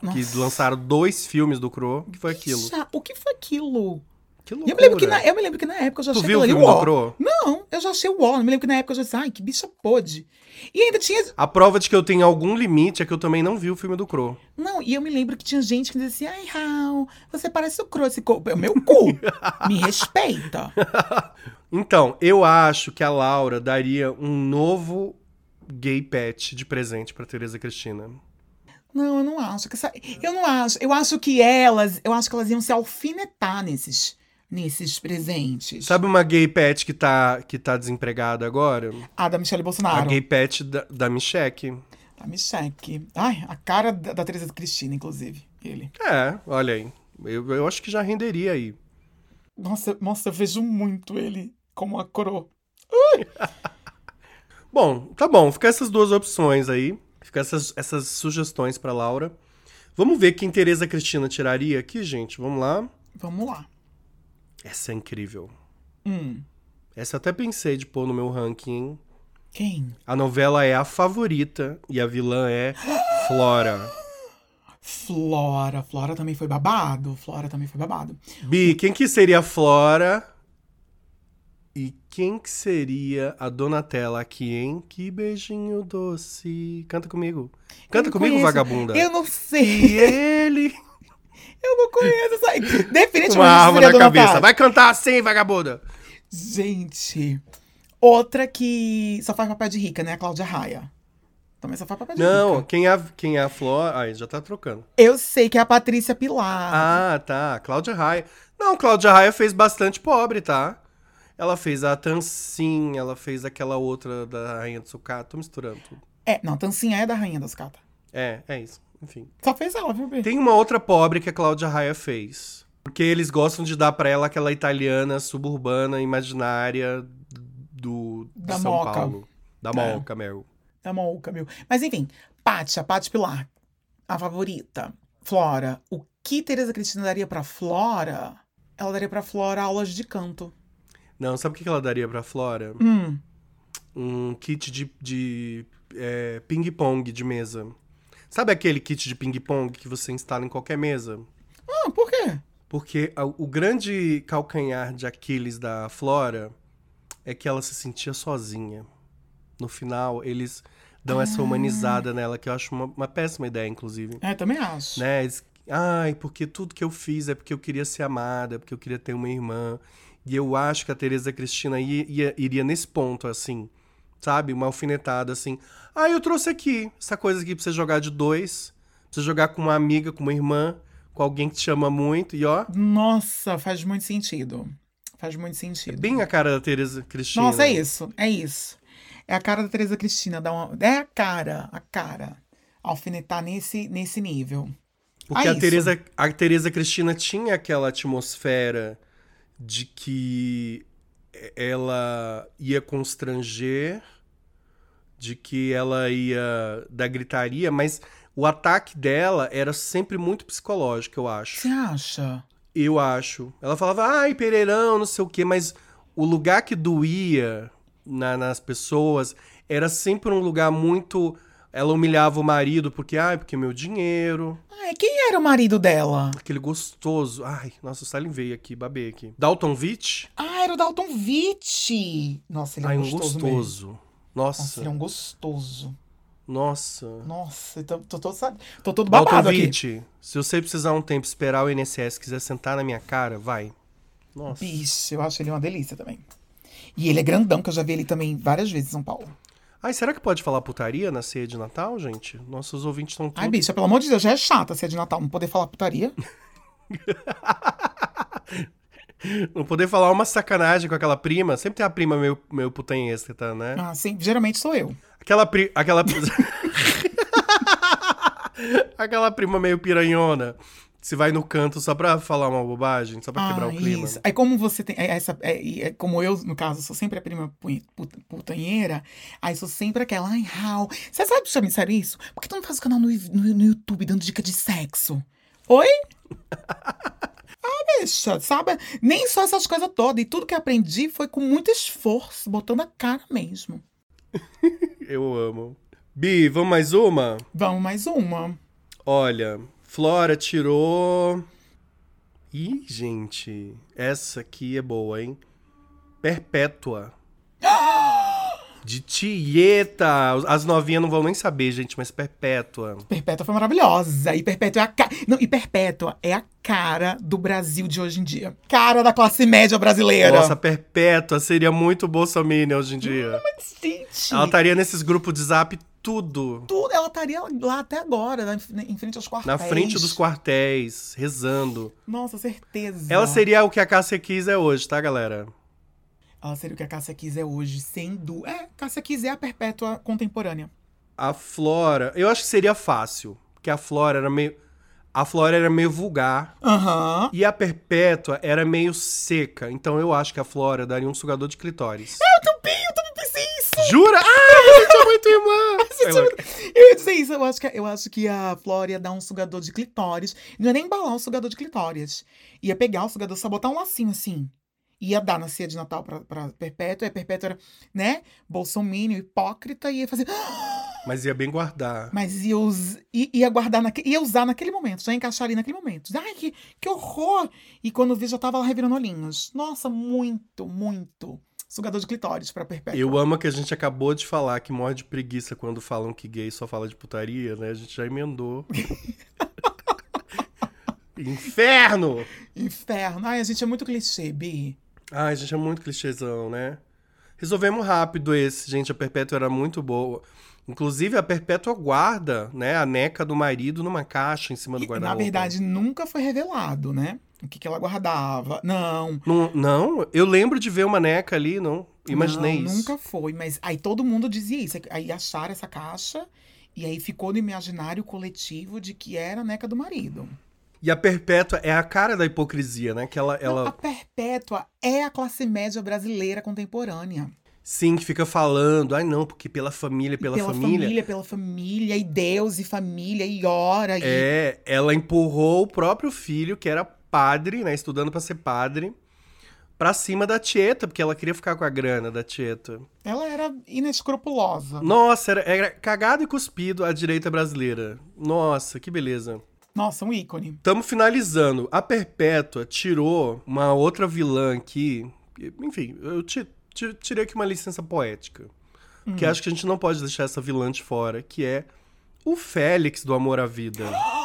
B: Que
C: Nossa.
B: lançaram dois filmes do Cro, que foi aquilo.
C: Xa- O que foi aquilo?
B: Que
C: E
B: loucura. né?
C: eu me, lembro que na, eu me lembro que na época eu já
B: Tu
C: achei
B: viu o
C: aquilo
B: filme
C: ali, um uó.
B: do Pro?
C: Não, eu já achei o ó. Eu me lembro que na época eu já disse, ai, que bicha pôde. E ainda tinha.
B: A prova de que eu tenho algum limite é que eu também não vi o filme do Crow.
C: Não, e eu me lembro que tinha gente que dizia assim, ai, Raul, você parece o Cro, esse corpo. É o meu cu. me respeita.
B: Então, eu acho que a Laura daria um novo gay pet de presente pra Tereza Cristina.
C: Não, eu não acho que essa... Eu não acho. Eu acho que elas. Eu acho que elas iam se alfinetar nesses, nesses presentes.
B: Sabe uma gay pet que tá, que tá desempregada agora?
C: A Ah, da Michelle
B: A
C: Bolsonaro.
B: gay pet da, da Micheque.
C: Tá, me cheque. Ai, a cara da, da Teresa Cristina, inclusive. Ele.
B: É, olha aí. Eu, eu acho que já renderia aí.
C: Nossa, nossa, eu vejo muito ele como a coroa.
B: Bom, tá bom. Fica essas duas opções aí. Fica essas, essas sugestões pra Laura. Vamos ver quem Tereza Cristina tiraria aqui, gente. Vamos lá.
C: Vamos lá.
B: Essa é incrível.
C: Hum,
B: Essa eu até pensei de pôr no meu ranking. hein?
C: quem?
B: A novela é a favorita e a vilã é Flora.
C: Flora. Flora também foi babado. Flora também foi babado.
B: Bi, quem que seria a Flora? E quem que seria a Donatella aqui, hein? Que beijinho doce. Canta comigo. Canta
C: não
B: comigo,
C: conheço.
B: vagabunda.
C: Eu não sei.
B: E ele
C: Eu não conheço essa. Definitivamente
B: com uma arma
C: seria
B: na
C: Dona
B: cabeça.
C: Tati.
B: Vai cantar assim, vagabunda.
C: Gente. Outra que só faz papel de rica, né? A Cláudia Raia. Também só faz papel de
B: Não,
C: rica.
B: quem é, a- quem é a Flora... Ai, já tá trocando.
C: Eu sei que é a Patrícia Pilar.
B: Ah, tá. Cláudia Raia. Não, Cláudia Raia fez bastante pobre, tá? Ela fez a Tancinha, ela fez aquela outra da Rainha de Sucata. Tô misturando tudo.
C: É, não, Tancinha é da Rainha das Catas.
B: É, é isso. Enfim.
C: Só fez ela, viu, Bê?
B: Tem uma outra pobre que a Cláudia Raia fez. Porque eles gostam de dar pra ela aquela italiana suburbana imaginária do de
C: Da
B: São
C: Moca.
B: Paulo. Da
C: É.
B: Moca, Mel.
C: É uma oca, meu. Mas enfim, Pátia, Pátia Pilar, a favorita. Flora, o que Tereza Cristina daria pra Flora? Ela daria pra Flora aulas de canto.
B: Não, sabe o que que ela daria pra Flora?
C: Hum,
B: Um kit de, de é, ping-pong de mesa. Sabe aquele kit de ping-pong que você instala em qualquer mesa?
C: ah, por quê?
B: Porque a- o grande calcanhar de Aquiles da Flora é que ela se sentia sozinha. No final, eles dão essa humanizada nela, que eu acho uma, uma péssima ideia, inclusive.
C: É, também acho.
B: Né? Eles- Ai, porque tudo que eu fiz é porque eu queria ser amada, é porque eu queria ter uma irmã. E eu acho que a Tereza Cristina ia- ia- iria nesse ponto, assim, sabe? Uma alfinetada, assim. Ah, eu trouxe aqui essa coisa aqui pra você jogar de dois, pra você jogar com uma amiga, com uma irmã, com alguém que te ama muito, e ó.
C: Nossa, faz muito sentido. Faz muito sentido.
B: É Bem a cara da Tereza Cristina.
C: Nossa, é isso, é isso. É a cara da Tereza Cristina, dá uma... é a cara, a cara. Alfinetar nesse, nesse nível.
B: Porque
C: Ah,
B: a,
C: isso.
B: Tereza, a Tereza Cristina tinha aquela atmosfera de que ela ia constranger, de que ela ia dar gritaria, mas o ataque dela era sempre muito psicológico, eu acho.
C: Você acha?
B: Eu acho. Ela falava, ai, Pereirão, não sei o quê, mas o lugar que doía na- nas pessoas era sempre um lugar muito. Ela humilhava o marido, porque, ai, porque meu dinheiro.
C: Ai, quem era o marido dela?
B: Aquele gostoso. Ai, nossa, eu salivei aqui, babei aqui. Dalton Vitch?
C: Ah, era o Dalton Vitti. Nossa, ele é
B: Ai, um
C: gostoso, mesmo.
B: gostoso.
C: Nossa,
B: Nossa,
C: ele é um gostoso.
B: nossa.
C: Nossa, eu tô, tô, todo sa- tô todo babado
B: Dalton
C: aqui.
B: Vitch, se você precisar um tempo esperar o INSS quiser sentar na minha cara, vai. Nossa.
C: Bicho, eu acho ele uma delícia também. E ele é grandão, que eu já vi ele também várias vezes em São Paulo.
B: Ai, será que pode falar putaria na ceia de Natal, gente? Nossos ouvintes estão
C: Ai,
B: tudo.
C: bicha, pelo amor de Deus, já é chata ser de Natal, não poder falar putaria.
B: Não poder falar uma sacanagem com aquela prima. Sempre tem a prima meio, meio putanhesca, tá, né?
C: Ah, sim, geralmente sou eu.
B: Aquela pri... Aquela... aquela prima meio piranhona. que Se vai no canto só pra falar uma bobagem, só pra quebrar
C: ah,
B: o clima.
C: isso. Aí como você tem. é, Essa, é, e é, como eu, no caso, sou sempre a prima punhe- puta- putanheira, aí sou sempre aquela, ai, Raul. Você sabe que já me disseram isso? Por que tu não faz o canal no, i- no- no YouTube dando dica de sexo? Oi? ah, bicha, sabe? Nem só essas coisas todas. E tudo que eu aprendi foi com muito esforço, botando a cara mesmo.
B: Eu amo. Bi, vamos mais uma?
C: Vamos mais uma.
B: Olha, Flora tirou. Ih, gente, essa aqui é boa, hein? Perpétua.
C: Ah!
B: De Tieta. As novinhas não vão nem saber, gente, mas Perpétua.
C: Perpétua foi maravilhosa. E Perpétua é a cara. Não, e Perpétua é a cara do Brasil de hoje em dia. Cara da classe média brasileira.
B: Nossa, Perpétua seria muito Bolsominion hoje em dia.
C: gente.
B: Ela tá estaria nesses grupos de zap tudo.
C: tudo, ela estaria lá até agora, na- em frente aos quartéis.
B: Na frente dos quartéis, rezando.
C: Nossa, certeza.
B: Ela seria o que a Cássia quis é hoje, tá, galera?
C: Ela seria o que a Cássia quiser hoje, sem dúvida. É, Cássia quiser a perpétua contemporânea.
B: A Flora, eu acho que seria fácil, porque a Flora era meio a Flora era meio vulgar
C: Aham.
B: e a Perpétua era meio seca. Então eu acho que a Flora daria um sugador de clitóris.
C: Eu também, eu também pensei isso.
B: Jura? Ah, você tinha muito irmã. Sei lá.
C: Eu ia dizer isso. Eu acho que, é, eu acho que a Flora ia dar um sugador de clitóris. Não ia nem embalar um sugador de clitóris. Ia pegar o sugador, só botar um lacinho assim. Ia dar na ceia de Natal pra, pra Perpétua. E a Perpétua era, né, bolsominion, hipócrita. E ia fazer... "Ah!"
B: Mas ia bem guardar.
C: Mas ia, us... i- ia guardar naque... ia usar naquele momento, já encaixaria naquele momento. Ai, que, que horror! E quando vi, já tava lá revirando olhinhos. Nossa, muito, muito. Sugador de clitóris pra perpétua.
B: Eu amo que a gente acabou de falar que morre de preguiça quando falam que gay só fala de putaria, né? A gente já emendou. Inferno!
C: Inferno. Ai, a gente é muito clichê, Bi.
B: Ai, gente, é muito clichêzão, né? Resolvemos rápido esse, gente. A Perpétua era muito boa. Inclusive, a Perpétua guarda, né, a neca do marido numa caixa em cima do
C: E, na
B: guarda-roupa.
C: verdade, nunca foi revelado, né? O que, que ela guardava. Não.
B: Não, não, eu lembro de ver uma neca ali, não. Imaginei
C: não,
B: isso.
C: Nunca foi, mas aí todo mundo dizia isso. Aí acharam essa caixa e aí ficou no imaginário coletivo de que era a neca do marido.
B: E a Perpétua é a cara da hipocrisia, né? Que ela,
C: Não,
B: ela
C: a Perpétua é a classe média brasileira contemporânea.
B: sim, que fica falando. Ai, não, porque pela família,
C: E
B: pela, família. né?
C: Pela família, e Deus, e família, e ora. E...
B: É, ela empurrou o próprio filho, que era padre, né? Estudando pra ser padre, pra cima da Tieta, porque ela queria ficar com a grana da Tieta.
C: Ela era
B: Ah.
C: inescrupulosa.
B: Nossa, era, era cagado e cuspido a direita brasileira. Nossa, que beleza.
C: Nossa, um ícone.
B: Tamo finalizando. A Perpétua tirou uma outra vilã aqui. Enfim, eu ti- ti- tirei aqui uma licença poética. Porque
C: Hum.
B: acho que a gente não pode deixar essa vilã de fora, que é o Félix do Amor à Vida.
C: Ah,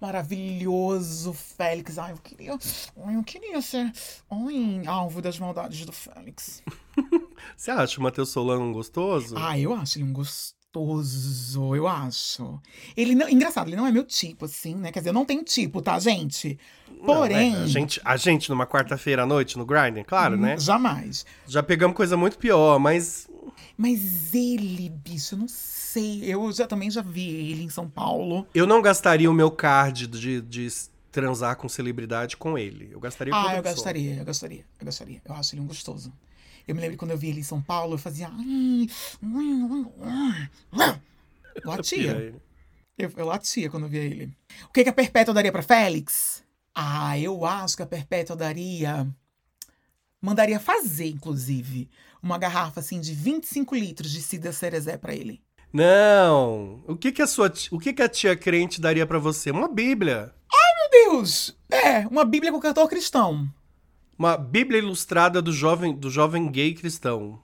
C: Maravilhoso, Félix. Ai, eu queria. Ai, eu queria ser. Ai, alvo das maldades do Félix.
B: Hum. Você acha o Matheus Solano um gostoso?
C: Ah, eu acho ele um gostoso, eu acho. Ele não. Engraçado, ele não é meu tipo, assim, né? Quer dizer, eu não tenho tipo, tá, gente? Porém. Hum.
B: Não, né? a, gente, a gente, numa quarta-feira à noite, no Grindr, claro, né?
C: Jamais.
B: Já pegamos coisa muito pior, mas
C: Mas ele, bicho, eu não sei. Eu já também já vi ele em São Paulo.
B: Eu não gastaria o meu card de, de s- transar com celebridade com ele. Eu gastaria com
C: ah,
B: outra
C: eu
B: pessoa.
C: gostaria, eu gostaria, eu gostaria. Eu acho ele um gostoso. Eu me lembro quando eu vi ele em São Paulo, eu fazia. "Ai, ai, ai, ai". Latia.
B: Pira aí.
C: Eu, eu latia quando eu via ele. O que, que a Perpétua daria pra Félix? Ah, eu acho que a Perpétua daria. Mandaria fazer, inclusive, uma garrafa assim de 25 litros de Cida Cerezé pra ele.
B: Não. O que que a sua, ti- o que que a tia crente daria pra você? Uma Bíblia.
C: Meu Deus! É, uma Bíblia com cantor cristão.
B: Uma Bíblia ilustrada do jovem, do jovem gay cristão.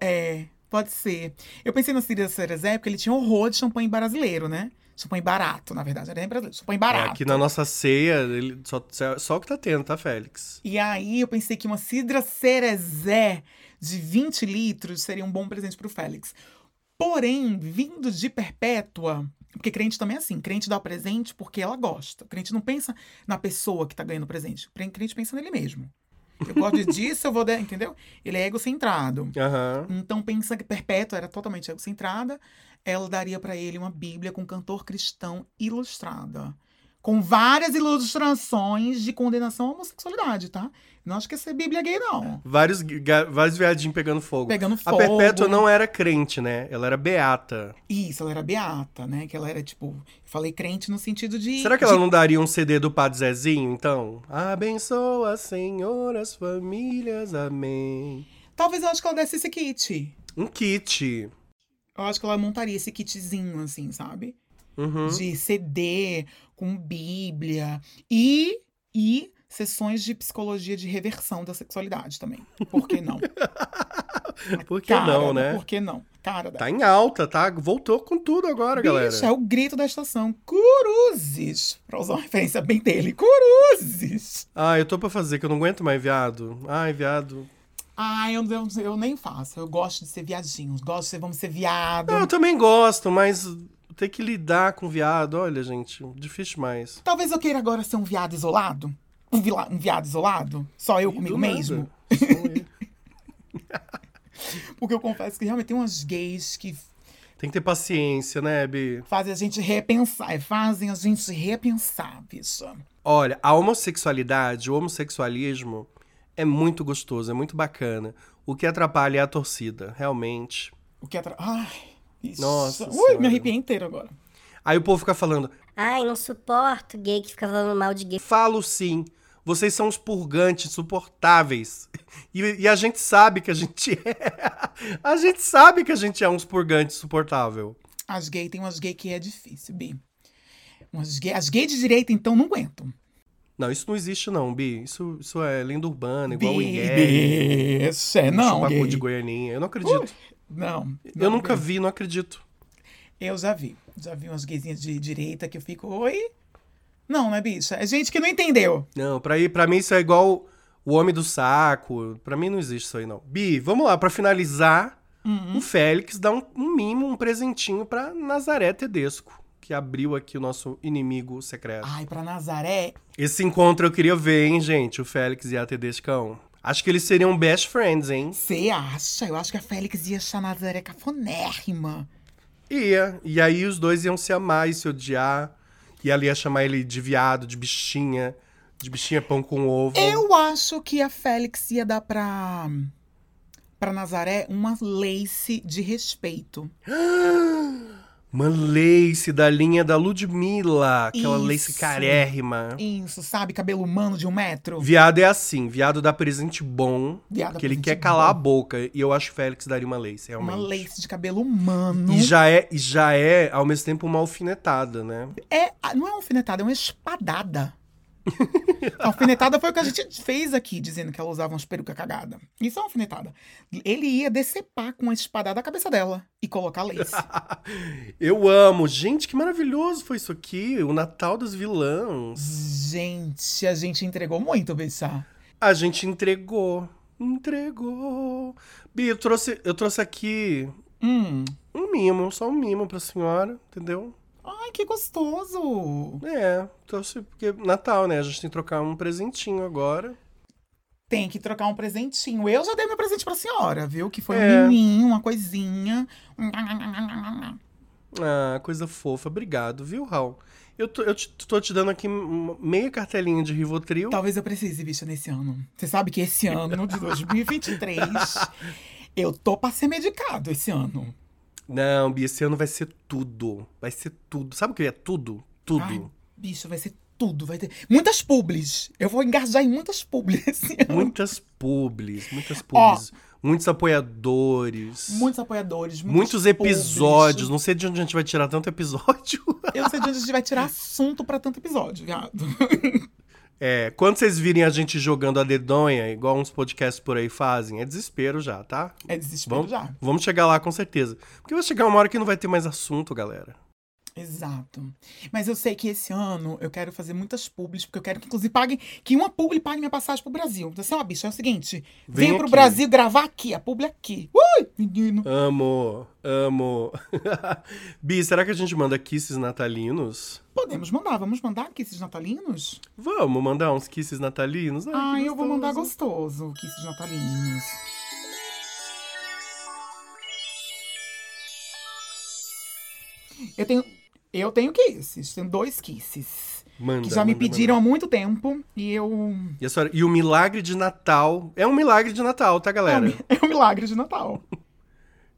C: É, pode ser. Eu pensei no Círio Cerezé porque ele tinha horror de champanhe brasileiro, né? Champanhe barato, na verdade, era nem brasileiro, champanhe
B: É,
C: barato.
B: aqui na nossa ceia, ele só, só o que tá tendo, tá, Félix?
C: E aí eu pensei que uma cidra cerezé de 20 litros seria um bom presente pro Félix. Porém, vindo de perpétua, porque crente também é assim, crente dá o presente porque ela gosta. Crente não pensa na pessoa que tá ganhando o presente. Cre- Crente pensa nele mesmo. Eu gosto disso, eu vou dar, entendeu? Ele é egocentrado.
B: Aham.
C: Então pensa que Perpétua era totalmente egocentrada, ela daria pra ele uma Bíblia com cantor cristão ilustrada, com várias ilustrações de condenação à homossexualidade, tá? Não acho que essa é Bíblia gay não.
B: Vários, ga- vários viadinhos pegando fogo.
C: Pegando
B: É. A
C: fogo.
B: Perpétua não era crente, né? Ela era beata.
C: Isso, ela era beata, né? Que ela era tipo, eu falei crente no sentido de
B: Será que ela
C: de-
B: não daria um CD do Padre Zezinho, então? Abençoa, Senhor, as famílias, amém.
C: Talvez eu acho que ela desse esse kit.
B: Um kit.
C: Eu acho que ela montaria esse kitzinho assim, sabe?
B: Uhum.
C: de CD com Bíblia e, e sessões de psicologia de reversão da sexualidade também. Por que não?
B: Por que
C: Cara,
B: não, né?
C: Por que não? Cara, da-
B: Tá em alta, tá? Voltou com tudo agora, galera.
C: Bicho, é o grito da estação. Curuzes! Pra usar uma referência bem dele. Curuzes!
B: Ah, eu tô pra fazer, que eu não aguento mais, viado. Ai, viado.
C: Ai, eu, eu, eu nem faço. Eu gosto de ser viadinho. Gosto de ser, vamos ser viado.
B: Não, eu também gosto, mas ter que lidar com viado, olha, gente, difícil mais.
C: Talvez eu queira agora ser um viado isolado. Um, vila- um viado isolado? Só eu comigo mesmo? Porque eu confesso que realmente tem umas gays que
B: Tem que ter paciência, né, Bi?
C: fazem a gente repensar. é, Fazem a gente repensar, bicha.
B: Olha, a homossexualidade, o homossexualismo é muito gostoso, é muito bacana. O que atrapalha é a torcida, realmente.
C: O que atra... Ai, bicha.
B: Nossa
C: Ui,
B: Senhora.
C: me arrepiei inteiro agora.
B: Aí o povo fica falando,
F: Ai, não suporto gay que fica falando mal de gay.
B: falo sim, vocês são os purgantes insuportáveis. E, e a gente sabe que a gente é. A gente sabe que a gente é uns purgantes insuportável.
C: As gays, tem umas gays que é difícil, Bi. Umas gay, as gays de direita, então, não aguentam.
B: Não, isso não existe não, Bi. Isso, isso é lenda urbana, igual o Ingué,
C: Bicha, é não,
B: Chupacu
C: gay.
B: de Goianinha. Eu não acredito.
C: Não,
B: eu
C: não,
B: nunca
C: gay.
B: vi, não acredito.
C: Eu já vi. Já vi umas gaysinhas de direita que eu fico, oi? Não, né, bicha? É gente que não entendeu.
B: Não, pra, ir, pra mim isso é igual o homem do saco. Pra mim não existe isso aí, não. Bi, vamos lá, pra finalizar,
C: Uhum.
B: o Félix dá um, um mimo, um presentinho pra Nazaré Tedesco, que abriu aqui o nosso inimigo secreto.
C: Ai, pra Nazaré,
B: Esse encontro eu queria ver, hein, gente, o Félix e a Tedescão. Acho que eles seriam best friends, hein?
C: você acha? Eu acho que a Félix ia achar Nazaré cafonérrima.
B: Ia. E aí os dois iam se amar e se odiar. E ela ia chamar ele de viado, de bichinha, de bichinha pão com ovo.
C: Eu acho que a Félix ia dar pra. pra Nazaré uma lace de respeito.
B: Uma lace da linha da Ludmilla, aquela lace
C: Isso.
B: carérrima.
C: Isso, sabe? Cabelo humano de um metro.
B: Viado é assim, viado dá presente bom,
C: Viado
B: que ele
C: presente
B: quer calar a
C: bom.
B: boca. E eu acho que o Félix daria uma lace, realmente.
C: Uma lace de cabelo humano.
B: E já é, e já é ao mesmo tempo uma alfinetada, né?
C: É, ah, não é uma alfinetada, é uma espadada. A alfinetada foi o que a gente fez aqui, dizendo que ela usava umas perucas cagadas. Isso é uma alfinetada. Ele ia decepar com a espadada a cabeça dela e colocar lace.
B: Eu amo. Gente, que maravilhoso foi isso aqui. O Natal dos vilãs.
C: gente, a gente entregou muito, bicha.
B: A gente entregou. Entregou. Bi, eu trouxe, eu trouxe aqui
C: Hum.
B: um mimo, só um mimo pra senhora, entendeu?
C: Ai, que gostoso.
B: É, trouxe porque Natal, né? A gente tem que trocar um presentinho agora.
C: Tem que trocar um presentinho. Eu já dei meu presente pra senhora, viu? Que foi
B: É.
C: um miminho, uma coisinha.
B: Ah, coisa fofa. Obrigado, viu, Raul? Eu tô, eu te- tô te dando aqui uma meia cartelinha de Rivotril.
C: Talvez eu precise, bicha, nesse ano. Você sabe que esse ano de 2023, eu tô pra ser medicado esse ano.
B: Não, Bi, esse ano vai ser tudo. Vai ser tudo. Sabe o que é tudo? Tudo.
C: Ai, bicho, vai ser tudo. Vai ter muitas publis. Eu vou engajar em muitas publis esse ano.
B: Muitas publis, muitas publis, muitos apoiadores,
C: Muitos apoiadores, muitas
B: muitos episódios. Não sei de onde a gente vai tirar tanto episódio.
C: publis. Eu não sei de onde a gente vai tirar assunto pra tanto episódio, viado.
B: É, quando vocês virem a gente jogando a dedonha, igual uns podcasts por aí fazem, é desespero já, tá?
C: É desespero
B: Vamos,
C: já.
B: vamos chegar lá com certeza. Porque vai chegar uma hora que não vai ter mais assunto, galera.
C: Exato. Mas eu sei que esse ano eu quero fazer muitas publis, porque eu quero que, inclusive, paguem, que uma publi pague minha passagem pro Brasil. Você sabe, bicho, é o seguinte:
B: Vem
C: vem, pro
B: aqui.
C: Brasil gravar aqui, a publi é aqui. Ui, menino.
B: Amo, amo. Bi, será que a gente manda kisses natalinos?
C: Podemos mandar, vamos mandar aqui esses natalinos?
B: Vamos mandar uns kisses natalinos? Ai, que
C: Ai, eu vou mandar
B: gostoso.
C: gostoso que esses natalinos. Eu tenho, eu tenho kisses, tenho dois kisses.
B: Manda,
C: Que já me
B: manda, manda.
C: pediram há muito tempo e eu.
B: E, a senhora- e o milagre de Natal. É um milagre de Natal, tá,
C: É um,
B: galera?
C: mi- é um milagre de Natal.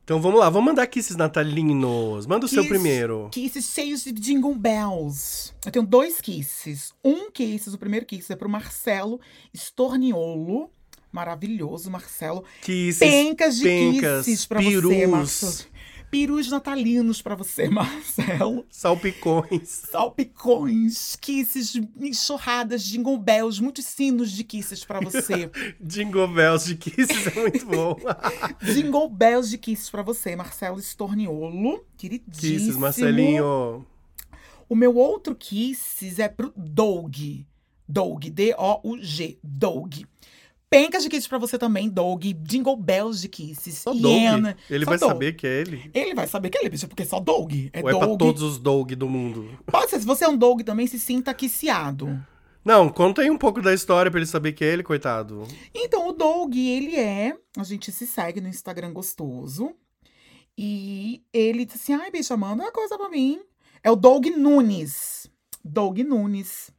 B: Então vamos lá, vamos mandar aqui esses natalinos. Manda o seu
C: Kiss-
B: primeiro.
C: Kisses cheios de jingle bells. Eu tenho dois kisses. Um kisses, o primeiro kiss é pro Marcelo Storniolo. Maravilhoso, Marcelo.
B: Kisses.
C: Pencas de
B: pencas,
C: kisses pra
B: perus.
C: você, Marcos. pirus natalinos pra você, Marcelo.
B: Salpicões.
C: Salpicões, kisses, enxurradas, jingle bells, muitos sinos de kisses pra você.
B: Jingle Bells de Kisses é muito bom.
C: jingle bells de kisses pra você, Marcelo Storniolo, queridíssimo.
B: Kisses, Marcelinho.
C: O meu outro kisses é pro Doug. Doug, D-O-U-G. Doug. Pencas de kisses pra você também, Doug. Jingle bells de kisses.
B: Só
C: Iena.
B: Doug. Ele
C: Só
B: vai
C: Doug.
B: saber que é ele.
C: Ele vai saber que é ele, bicho, porque só Doug. É
B: Ou é pra
C: Doug.
B: todos os Doug do mundo?
C: Pode ser, se você é um Doug também, se sinta aquiciado.
B: Não, conta aí um pouco da história pra ele saber que é ele, coitado.
C: Então, o Doug, ele é. A gente se segue no Instagram gostoso. E ele disse assim: ai, bicha, manda uma coisa pra mim. É o Doug Nunes. Doug Nunes.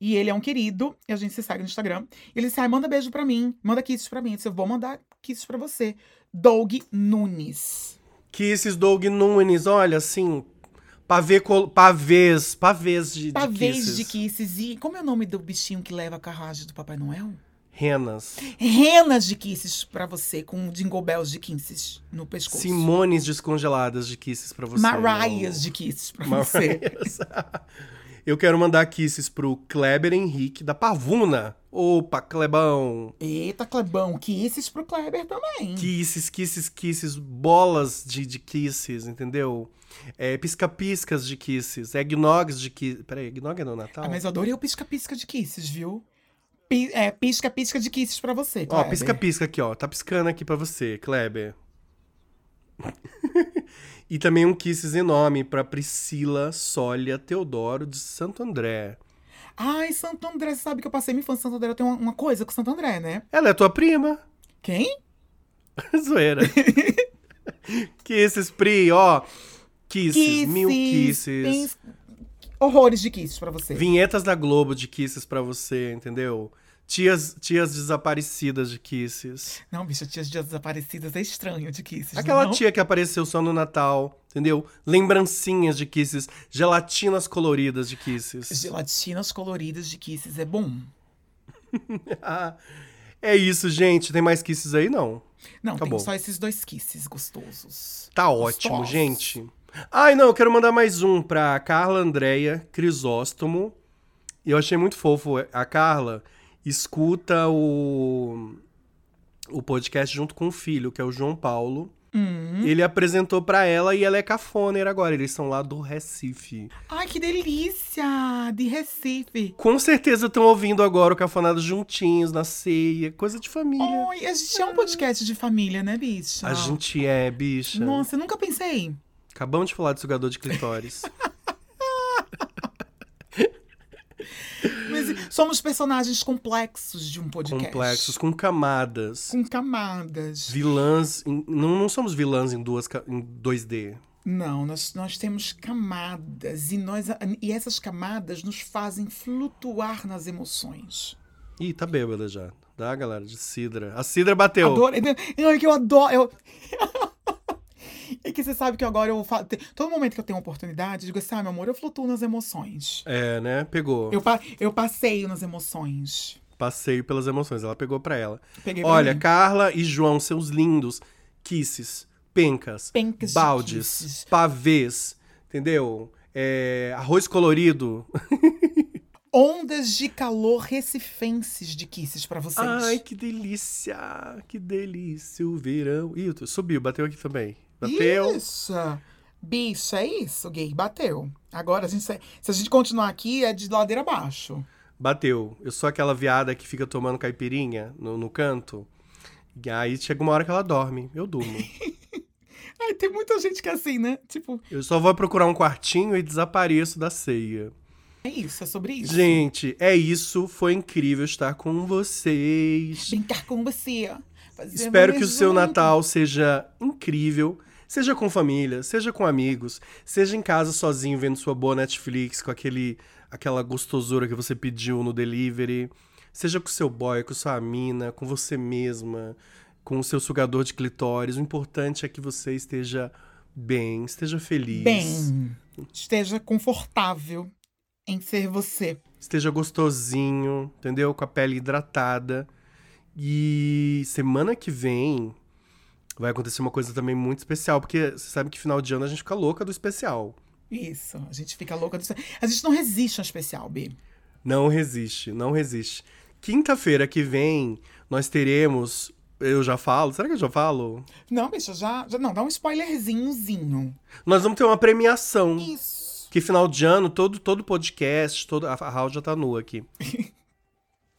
C: E ele é um querido, e a gente se segue no Instagram. Ele disse: ai, manda beijo pra mim, manda kisses pra mim. Eu disse: eu vou mandar kisses pra você. Doug Nunes.
B: Kisses Doug Nunes, olha, assim, pavê, col... pavês, pavês de, de
C: Pavês
B: Kisses.
C: Tá, de kisses. E como é o nome do bichinho que leva a carruagem do Papai Noel?
B: Renas.
C: Renas de kisses pra você, com jingle bells de kisses no pescoço.
B: Simones descongeladas de Kisses pra você.
C: Marias de kisses pra você.
B: Marias. Eu quero mandar Kisses pro Kleber Henrique da Pavuna. Opa, Clebão.
C: Eita, Clebão, kisses pro Kleber também.
B: Kisses, kisses, kisses, bolas de, de kisses, entendeu? É, pisca-piscas de kisses, eggnogs de kisses. Peraí, eggnog é no Natal?
C: Ah, mas eu adorei o pisca-pisca de kisses, viu? Pi- é, pisca-pisca de kisses pra você,
B: Ó,
C: Kleber.
B: pisca-pisca aqui, ó. Tá piscando aqui pra você, Kleber. e também um kisses enorme pra Priscila Sólia Teodoro de Santo André.
C: Ai, Santo André, você sabe que eu passei minha infância em Santo André. Eu tenho uma, uma coisa com Santo André, né?
B: Ela é tua prima?
C: Quem?
B: Zoeira. kisses, Pri, ó. Kisses, mil kisses.
C: Tem horrores de kisses pra você.
B: Vinhetas da Globo de kisses pra você, entendeu? Tias, tias desaparecidas de kisses.
C: Não, bicho, tias dias desaparecidas é estranho de kisses,
B: Aquela
C: não?
B: tia que apareceu só no Natal, entendeu? Lembrancinhas de kisses, gelatinas coloridas de kisses.
C: Gelatinas coloridas de kisses é bom.
B: Ah, é isso, gente. Tem mais kisses aí? Não.
C: Não,
B: Acabou.
C: tem só esses dois kisses gostosos.
B: Tá ótimo,
C: Gostosos.
B: gente. Ai, não, eu quero mandar mais um pra Carla Andréia Crisóstomo. E eu achei muito fofo. é, A Carla escuta o, o podcast junto com o filho, que é o João Paulo.
C: Hum.
B: Ele apresentou pra ela e ela é cafoneira agora. Eles são lá do Recife.
C: Ai, que delícia! De Recife.
B: Com certeza estão ouvindo agora o Cafonado juntinhos, na ceia, coisa de família.
C: Oi, a gente é um podcast de família, né, bicha?
B: A gente é, bicha.
C: Nossa, eu nunca pensei.
B: Acabamos de falar de sugador de clitóris.
C: Mas somos personagens complexos de um podcast.
B: Complexos, com camadas.
C: Com camadas.
B: Vilãs. em- não, não somos vilãs em, duas, ca- em 2D.
C: Não, nós, nós temos camadas. E, nós, e essas camadas nos fazem flutuar nas emoções.
B: Ih, tá bêbada já. Dá, galera, de Sidra. A Sidra bateu.
C: Adorei. Não, é que eu adoro. Eu... é que você sabe que agora eu falo. Todo momento que eu tenho oportunidade, eu digo assim: ah, meu amor, eu flutuo nas emoções.
B: É, né? Pegou.
C: Eu, pa- eu passeio nas emoções.
B: Passeio pelas emoções. Ela pegou pra ela.
C: Peguei pra
B: Olha,
C: mim.
B: Carla e João, seus lindos. Kisses, pencas,
C: Pencas de
B: baldes,
C: kisses.
B: pavês, entendeu? É, arroz colorido.
C: Ondas de calor recifenses de kisses pra vocês.
B: Ai, que delícia! Que delícia o verão. Ih, subiu, bateu aqui também. Bateu.
C: Isso. Bicho, é isso, gay. Bateu. Agora, a gente, se se a gente continuar aqui, é de ladeira abaixo.
B: Bateu. Eu sou aquela viada que fica tomando caipirinha no, no canto. E aí chega uma hora que ela dorme. Eu durmo.
C: Ai, tem muita gente que é assim, né? Tipo,
B: Eu só vou procurar um quartinho e desapareço da ceia.
C: é isso, é sobre isso.
B: Gente, é isso. Foi incrível estar com vocês.
C: Brincar com você. fazer
B: Espero que o
C: mais
B: seu
C: um.
B: Natal seja incrível. Seja com família, seja com amigos, seja em casa sozinho vendo sua boa Netflix com aquele, aquela gostosura que você pediu no delivery. Seja com seu boy, com sua mina, com você mesma, com o seu sugador de clitóris. O importante é que você esteja bem, esteja feliz,
C: Bem, esteja confortável em ser você.
B: esteja gostosinho, entendeu? Com a pele hidratada. E semana que vem Vai acontecer uma coisa também muito especial, porque você sabe que final de ano a gente fica louca do especial.
C: Isso, a gente fica louca. Do... A gente não resiste a um especial, B.
B: Não resiste, não resiste. Quinta-feira que vem, nós teremos. Eu já falo? Será que eu já falo?
C: Não, bicho, já, já. Não, dá um spoilerzinhozinho.
B: Nós vamos ter uma premiação.
C: Isso.
B: Que final de ano, todo, todo podcast, todo, a a Raul já tá nua aqui.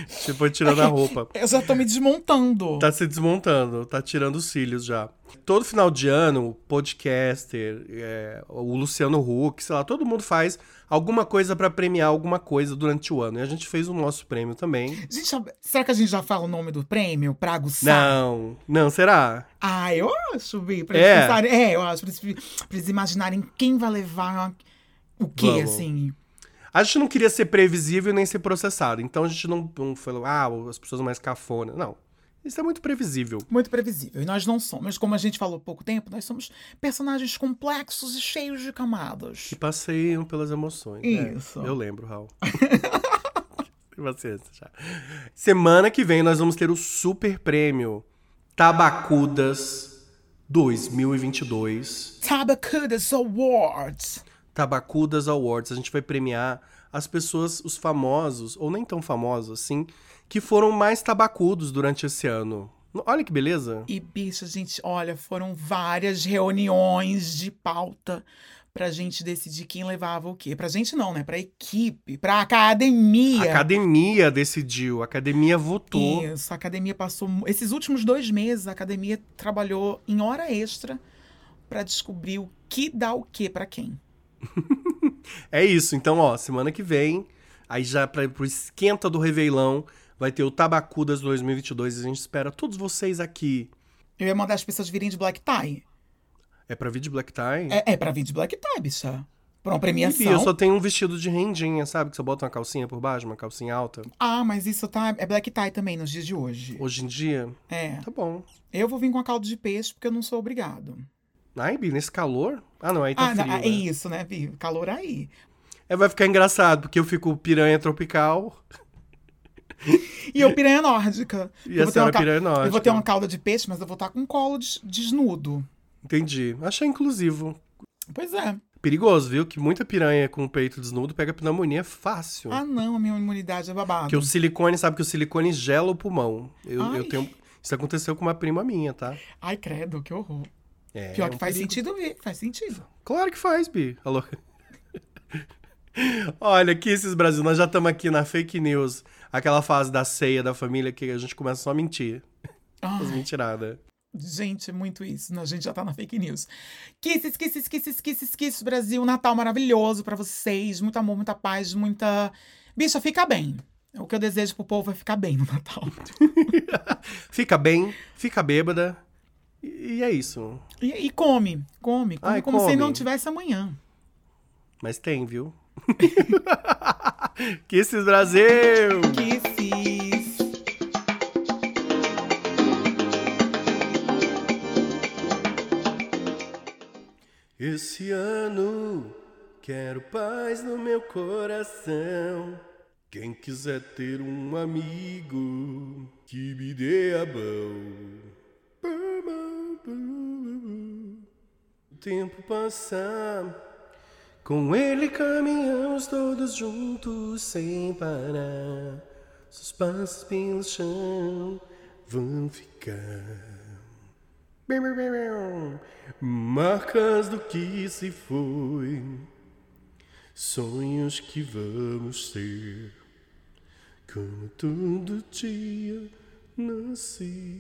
B: Você foi tirando a roupa.
C: Eu já tô me desmontando.
B: Tá se desmontando, tá tirando os cílios já. Todo final de ano, o podcaster, é, o Luciano Huck, sei lá, todo mundo faz alguma coisa pra premiar alguma coisa durante o ano. E a gente fez o nosso prêmio também.
C: Gente, já- será que a gente já fala o nome do prêmio pra aguçar?
B: Não, não, será?
C: Ah, eu acho, Bi. Pra
B: É.
C: eles pensarem. É, eu acho. Pra eles, pra eles imaginarem quem vai levar o quê,
B: Vamos.
C: assim.
B: A gente não queria ser previsível nem ser processado. Então a gente não, não falou, ah, as pessoas mais cafona. Não. Isso é muito previsível.
C: Muito previsível. E nós não somos. Como a gente falou há pouco tempo, nós somos personagens complexos e cheios de camadas.
B: Que passeiam pelas emoções. né?
C: Isso.
B: eu lembro, Raul. Tem paciência já. Semana que vem nós vamos ter o super prêmio Tabacudas 2022.
C: Tabacudas Awards.
B: Tabacudas Awards. A gente vai premiar as pessoas, os famosos, ou nem tão famosos assim, que foram mais tabacudos durante esse ano. Olha que beleza.
C: E, bicho, gente, olha, foram várias reuniões de pauta pra gente decidir quem levava o quê. Pra gente não, né? Pra equipe, pra
B: A
C: academia.
B: academia decidiu, a academia votou.
C: Isso, a academia passou. mu- Esses últimos dois meses, a academia trabalhou em hora extra pra descobrir o que dá o quê pra quem.
B: É isso, então, ó, semana que vem, aí já pra, pro esquenta do Reveilão, vai ter o Tabacudas 2022 e a gente espera todos vocês aqui.
C: Eu ia mandar as pessoas virem de black tie.
B: É pra vir de black tie?
C: É, é pra vir de black tie, bicha. Pra uma
B: Ih, Bia, eu
C: premiação.
B: só tenho um vestido de rendinha, sabe? Que você bota uma calcinha por baixo, uma calcinha alta.
C: Ah, mas isso tá. É black tie também nos dias de hoje.
B: Hoje em dia,
C: É.
B: tá bom.
C: Eu vou vir com a caldo de peixe porque eu não sou obrigado.
B: Ai, Bia, nesse calor? Ah, não, aí tá
C: Ah,
B: frio,
C: não, ah,
B: né?
C: é isso, né, Vi? Calor aí.
B: É, vai ficar engraçado, porque eu fico piranha tropical
C: E eu piranha nórdica.
B: e
C: eu
B: a
C: vou ter uma
B: senhora é
C: ca-
B: piranha nórdica.
C: Eu vou ter uma calda de peixe, mas eu vou estar com um colo des- desnudo.
B: Entendi. Achei inclusivo.
C: Pois é.
B: Perigoso, viu? Que muita piranha com o peito desnudo pega pneumonia fácil.
C: Ah, não, a minha imunidade é babado.
B: Porque o silicone, sabe que o silicone gela o pulmão. Eu,
C: Ai.
B: eu tenho. Isso aconteceu com uma prima minha, tá?
C: Ai, credo, que horror.
B: É,
C: Pior
B: é
C: que
B: um
C: faz
B: perigo.
C: sentido, Vi. Faz sentido.
B: Claro que faz, Bi. Alô? Olha, que esses Brasil, nós já estamos aqui na fake news, aquela fase da ceia da família que a gente começa só a mentir.
C: Ah,
B: As mentiradas.
C: gente, é muito isso. né? A gente já tá na fake news. Kisses, kisses, kisses, kisses, kisses, Brasil. Natal maravilhoso pra vocês. Muito amor, muita paz, muita. Bicha, fica bem. O que eu desejo pro povo é ficar bem no Natal.
B: Fica bem, fica bêbada. E e é isso.
C: E, e come, come, come
B: Ai,
C: como se
B: come.
C: não tivesse amanhã.
B: Mas tem, viu? que esses Brasil!
C: Kisses.
B: Esse ano quero paz no meu coração. Quem quiser ter um amigo que me dê a mão. O tempo passar, com ele caminhamos todos juntos sem parar. Seus passos pelo chão vão ficar. Marcas do que se foi, sonhos que vamos ter. Como todo dia nasci.